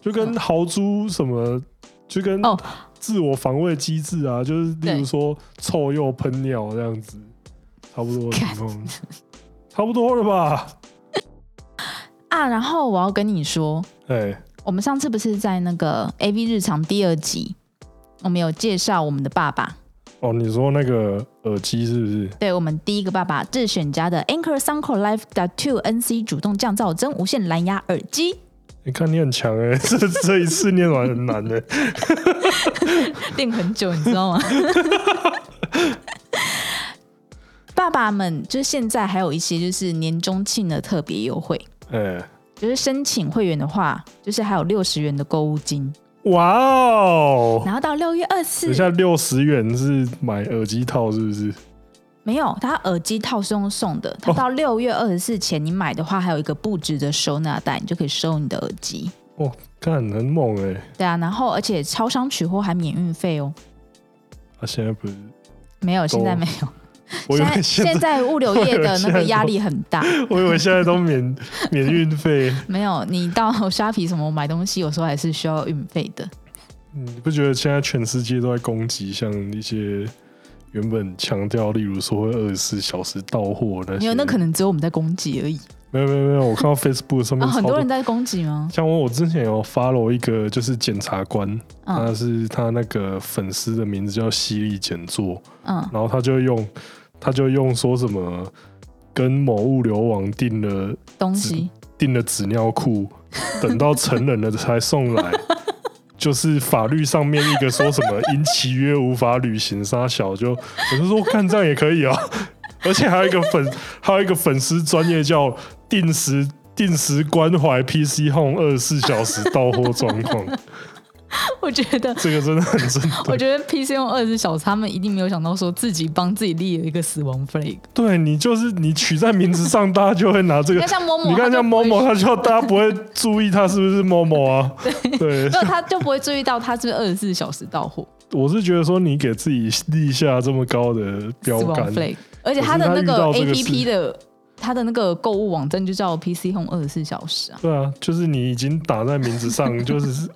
[SPEAKER 1] 就跟豪猪什么，就跟
[SPEAKER 2] 哦
[SPEAKER 1] 自我防卫机制啊，就是例
[SPEAKER 2] 对
[SPEAKER 1] 如说臭鼬喷尿这样子，差不多的情
[SPEAKER 2] 看
[SPEAKER 1] 况，差不多了吧？
[SPEAKER 2] 啊，然后我要跟你说，
[SPEAKER 1] 哎、
[SPEAKER 2] 我们上次不是在那个 A V 日常第二集，我们有介绍我们的爸爸，
[SPEAKER 1] 哦，你说那个耳机是不是？
[SPEAKER 2] 对我们第一个爸爸智选家的 Anchor s u n c o Life d Two NC 主动降噪真无线蓝牙耳机， *laughs*
[SPEAKER 1] 你、看你很强哎、这 *laughs* 这一次念完很难哎、
[SPEAKER 2] 练很久，你知道吗？ *laughs* 爸爸们就是现在还有一些就是年终庆的特别优惠，
[SPEAKER 1] 哎、
[SPEAKER 2] 就是申请会员的话，就是还有六十元的购物金，
[SPEAKER 1] 哇哦！
[SPEAKER 2] 然后到六月二四
[SPEAKER 1] 等一下六十元是买耳机套是不是？
[SPEAKER 2] 没有，它耳机套是用送的，它
[SPEAKER 1] 哦
[SPEAKER 2] 到六月二十四前你买的话，还有一个布置的收纳袋，你就可以收你的耳机。
[SPEAKER 1] 看很猛哎、
[SPEAKER 2] 对啊，然后而且超商取货还免运费哦。
[SPEAKER 1] 啊，现在不是，
[SPEAKER 2] 没有，现在
[SPEAKER 1] 都
[SPEAKER 2] 没有。
[SPEAKER 1] 哦我以
[SPEAKER 2] 现在
[SPEAKER 1] 为现在
[SPEAKER 2] 现在物流
[SPEAKER 1] *laughs*
[SPEAKER 2] 业的那个压力很大，
[SPEAKER 1] 我以为现在都免免运费，
[SPEAKER 2] 没有。你到虾皮什么买东西，有时候还是需要运费的。
[SPEAKER 1] 嗯你不觉得现在全世界都在攻击像一些原本强调，例如说会二十四小时到货那些？
[SPEAKER 2] 没有，那可能只有我们在攻击而已
[SPEAKER 1] 没有没有没有，我
[SPEAKER 2] *laughs*
[SPEAKER 1] 看到 Facebook 上
[SPEAKER 2] 啊！
[SPEAKER 1] 面超
[SPEAKER 2] 很多人在攻击吗？
[SPEAKER 1] 像我，我之前有 follow 一个就是检察官，
[SPEAKER 2] 嗯
[SPEAKER 1] 他是他那个粉丝的名字叫犀利检座，
[SPEAKER 2] 嗯
[SPEAKER 1] 然后他就用他就用说什么跟某物流网订了
[SPEAKER 2] 东西
[SPEAKER 1] 订了纸尿裤，等到成人了才送来。 *laughs* 就是法律上面一个说什么因契约无法履行，杀小就我就说干这样也可以啊，而且还有一个粉，还有一个粉丝专业叫定时定时关怀 PC Home 二十四小时到货状况，
[SPEAKER 2] *laughs* 我觉得，
[SPEAKER 1] 这个真的很真
[SPEAKER 2] 我
[SPEAKER 1] 的。
[SPEAKER 2] 觉得 PC 用二十小时，他们一定没有想到说自己帮自己立了一个死亡 flag。
[SPEAKER 1] 对你就是你取在名字上，大家就会拿这个
[SPEAKER 2] 你看。像某某，
[SPEAKER 1] 你看像某某，他就大家不会注意他是不是某某啊？ *laughs* 对
[SPEAKER 2] *laughs* 没，有他就不会注意到他是不是二十四小时到货
[SPEAKER 1] 我是觉得说你给自己立下这么高的
[SPEAKER 2] 死
[SPEAKER 1] 标
[SPEAKER 2] 亡
[SPEAKER 1] 杆，
[SPEAKER 2] flag，而且他的那
[SPEAKER 1] 可是他遇到这
[SPEAKER 2] A
[SPEAKER 1] 个
[SPEAKER 2] P
[SPEAKER 1] 事
[SPEAKER 2] P 的他的那个购物网站就叫 PC Home 二十四小时啊。
[SPEAKER 1] 对啊，就是你已经打在名字上，就是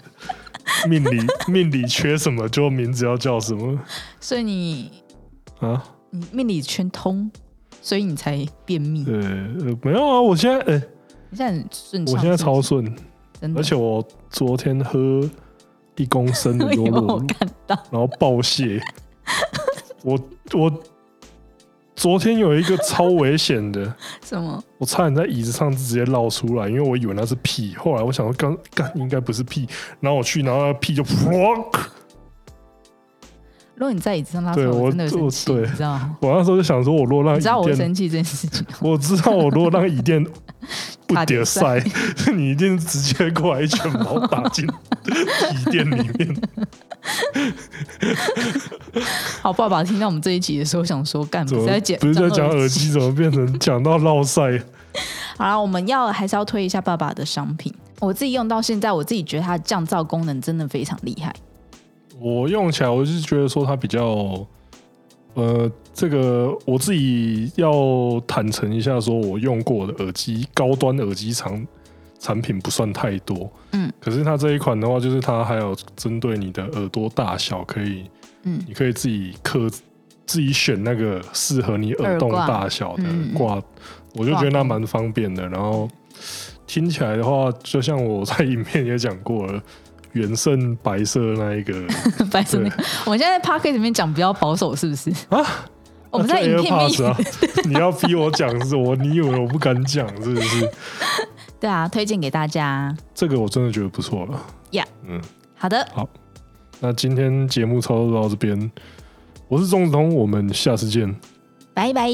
[SPEAKER 1] 命 *laughs* 里命里缺什么，就名字要叫什么
[SPEAKER 2] 所以你
[SPEAKER 1] 啊？
[SPEAKER 2] 你命里全通，所以你才便秘。
[SPEAKER 1] 对，呃没有啊，我现在哎、
[SPEAKER 2] 你现在很顺畅，
[SPEAKER 1] 我现在超
[SPEAKER 2] 是
[SPEAKER 1] 顺，
[SPEAKER 2] 不是真的，
[SPEAKER 1] 而且我昨天喝一公升 *laughs* 的优
[SPEAKER 2] 因为
[SPEAKER 1] 酪
[SPEAKER 2] *laughs* 我
[SPEAKER 1] 乳，
[SPEAKER 2] 看到
[SPEAKER 1] 然后爆泻。我我昨天有一个超危险的，
[SPEAKER 2] 什么
[SPEAKER 1] 我差点在椅子上直接绕出来，因为我以为那是屁。后来我想说，刚干应该不是屁，然后我去，然后那屁就噗
[SPEAKER 2] 如果你在椅子上拉出
[SPEAKER 1] 对
[SPEAKER 2] 来，
[SPEAKER 1] 我
[SPEAKER 2] 真的会生气，
[SPEAKER 1] 我对
[SPEAKER 2] 你知道吗？
[SPEAKER 1] 我那时候就想说，我若让
[SPEAKER 2] 你知道
[SPEAKER 1] 椅
[SPEAKER 2] 我会
[SPEAKER 1] 垫，
[SPEAKER 2] 生气这件事情吗，
[SPEAKER 1] 我知道我若让椅垫不
[SPEAKER 2] 打
[SPEAKER 1] 叠
[SPEAKER 2] 碟
[SPEAKER 1] 塞， *laughs* 你一定直接过来一拳把我打进椅垫里
[SPEAKER 2] *laughs*
[SPEAKER 1] 面。
[SPEAKER 2] 好，爸爸听到我们这一集的时候想说，干
[SPEAKER 1] 怎
[SPEAKER 2] 不
[SPEAKER 1] 么
[SPEAKER 2] 是在讲，
[SPEAKER 1] 不是在讲耳
[SPEAKER 2] 耳
[SPEAKER 1] 机，。怎么变成讲到绕塞？
[SPEAKER 2] 好啦，我们要还是要推一下爸爸的商品。我自己用到现在，我自己觉得它的降噪功能真的非常厉害。 *laughs*
[SPEAKER 1] 我用起来，我就是觉得说它比较，呃，这个我自己要坦诚一下，说我用过的耳机高端耳机产产品不算太多，
[SPEAKER 2] 嗯，
[SPEAKER 1] 可是它这一款的话，就是它还有针对你的耳朵大小，可以
[SPEAKER 2] 嗯，
[SPEAKER 1] 你可以自己刻自己选那个适合你耳洞大小的
[SPEAKER 2] 耳挂嗯
[SPEAKER 1] 挂，我就觉得那蛮方便的。然后听起来的话，就像我在影片也讲过了。原胜白色那一个，
[SPEAKER 2] 白色那
[SPEAKER 1] 对
[SPEAKER 2] 个。我们现在在 p o c k e t 里面讲比较保守，是不是？
[SPEAKER 1] 啊，
[SPEAKER 2] 我们在影片里面
[SPEAKER 1] 那就 AirPods 啊， *laughs* 你要逼我讲是我，你以为我不敢讲是不是？
[SPEAKER 2] *laughs* 对啊，推荐给大家。
[SPEAKER 1] 这个我真的觉得不错了。
[SPEAKER 2] Yeah
[SPEAKER 1] 嗯，
[SPEAKER 2] 好的，
[SPEAKER 1] 那今天节目操作到这边，我是钟子通，我们下次见。
[SPEAKER 2] 拜拜。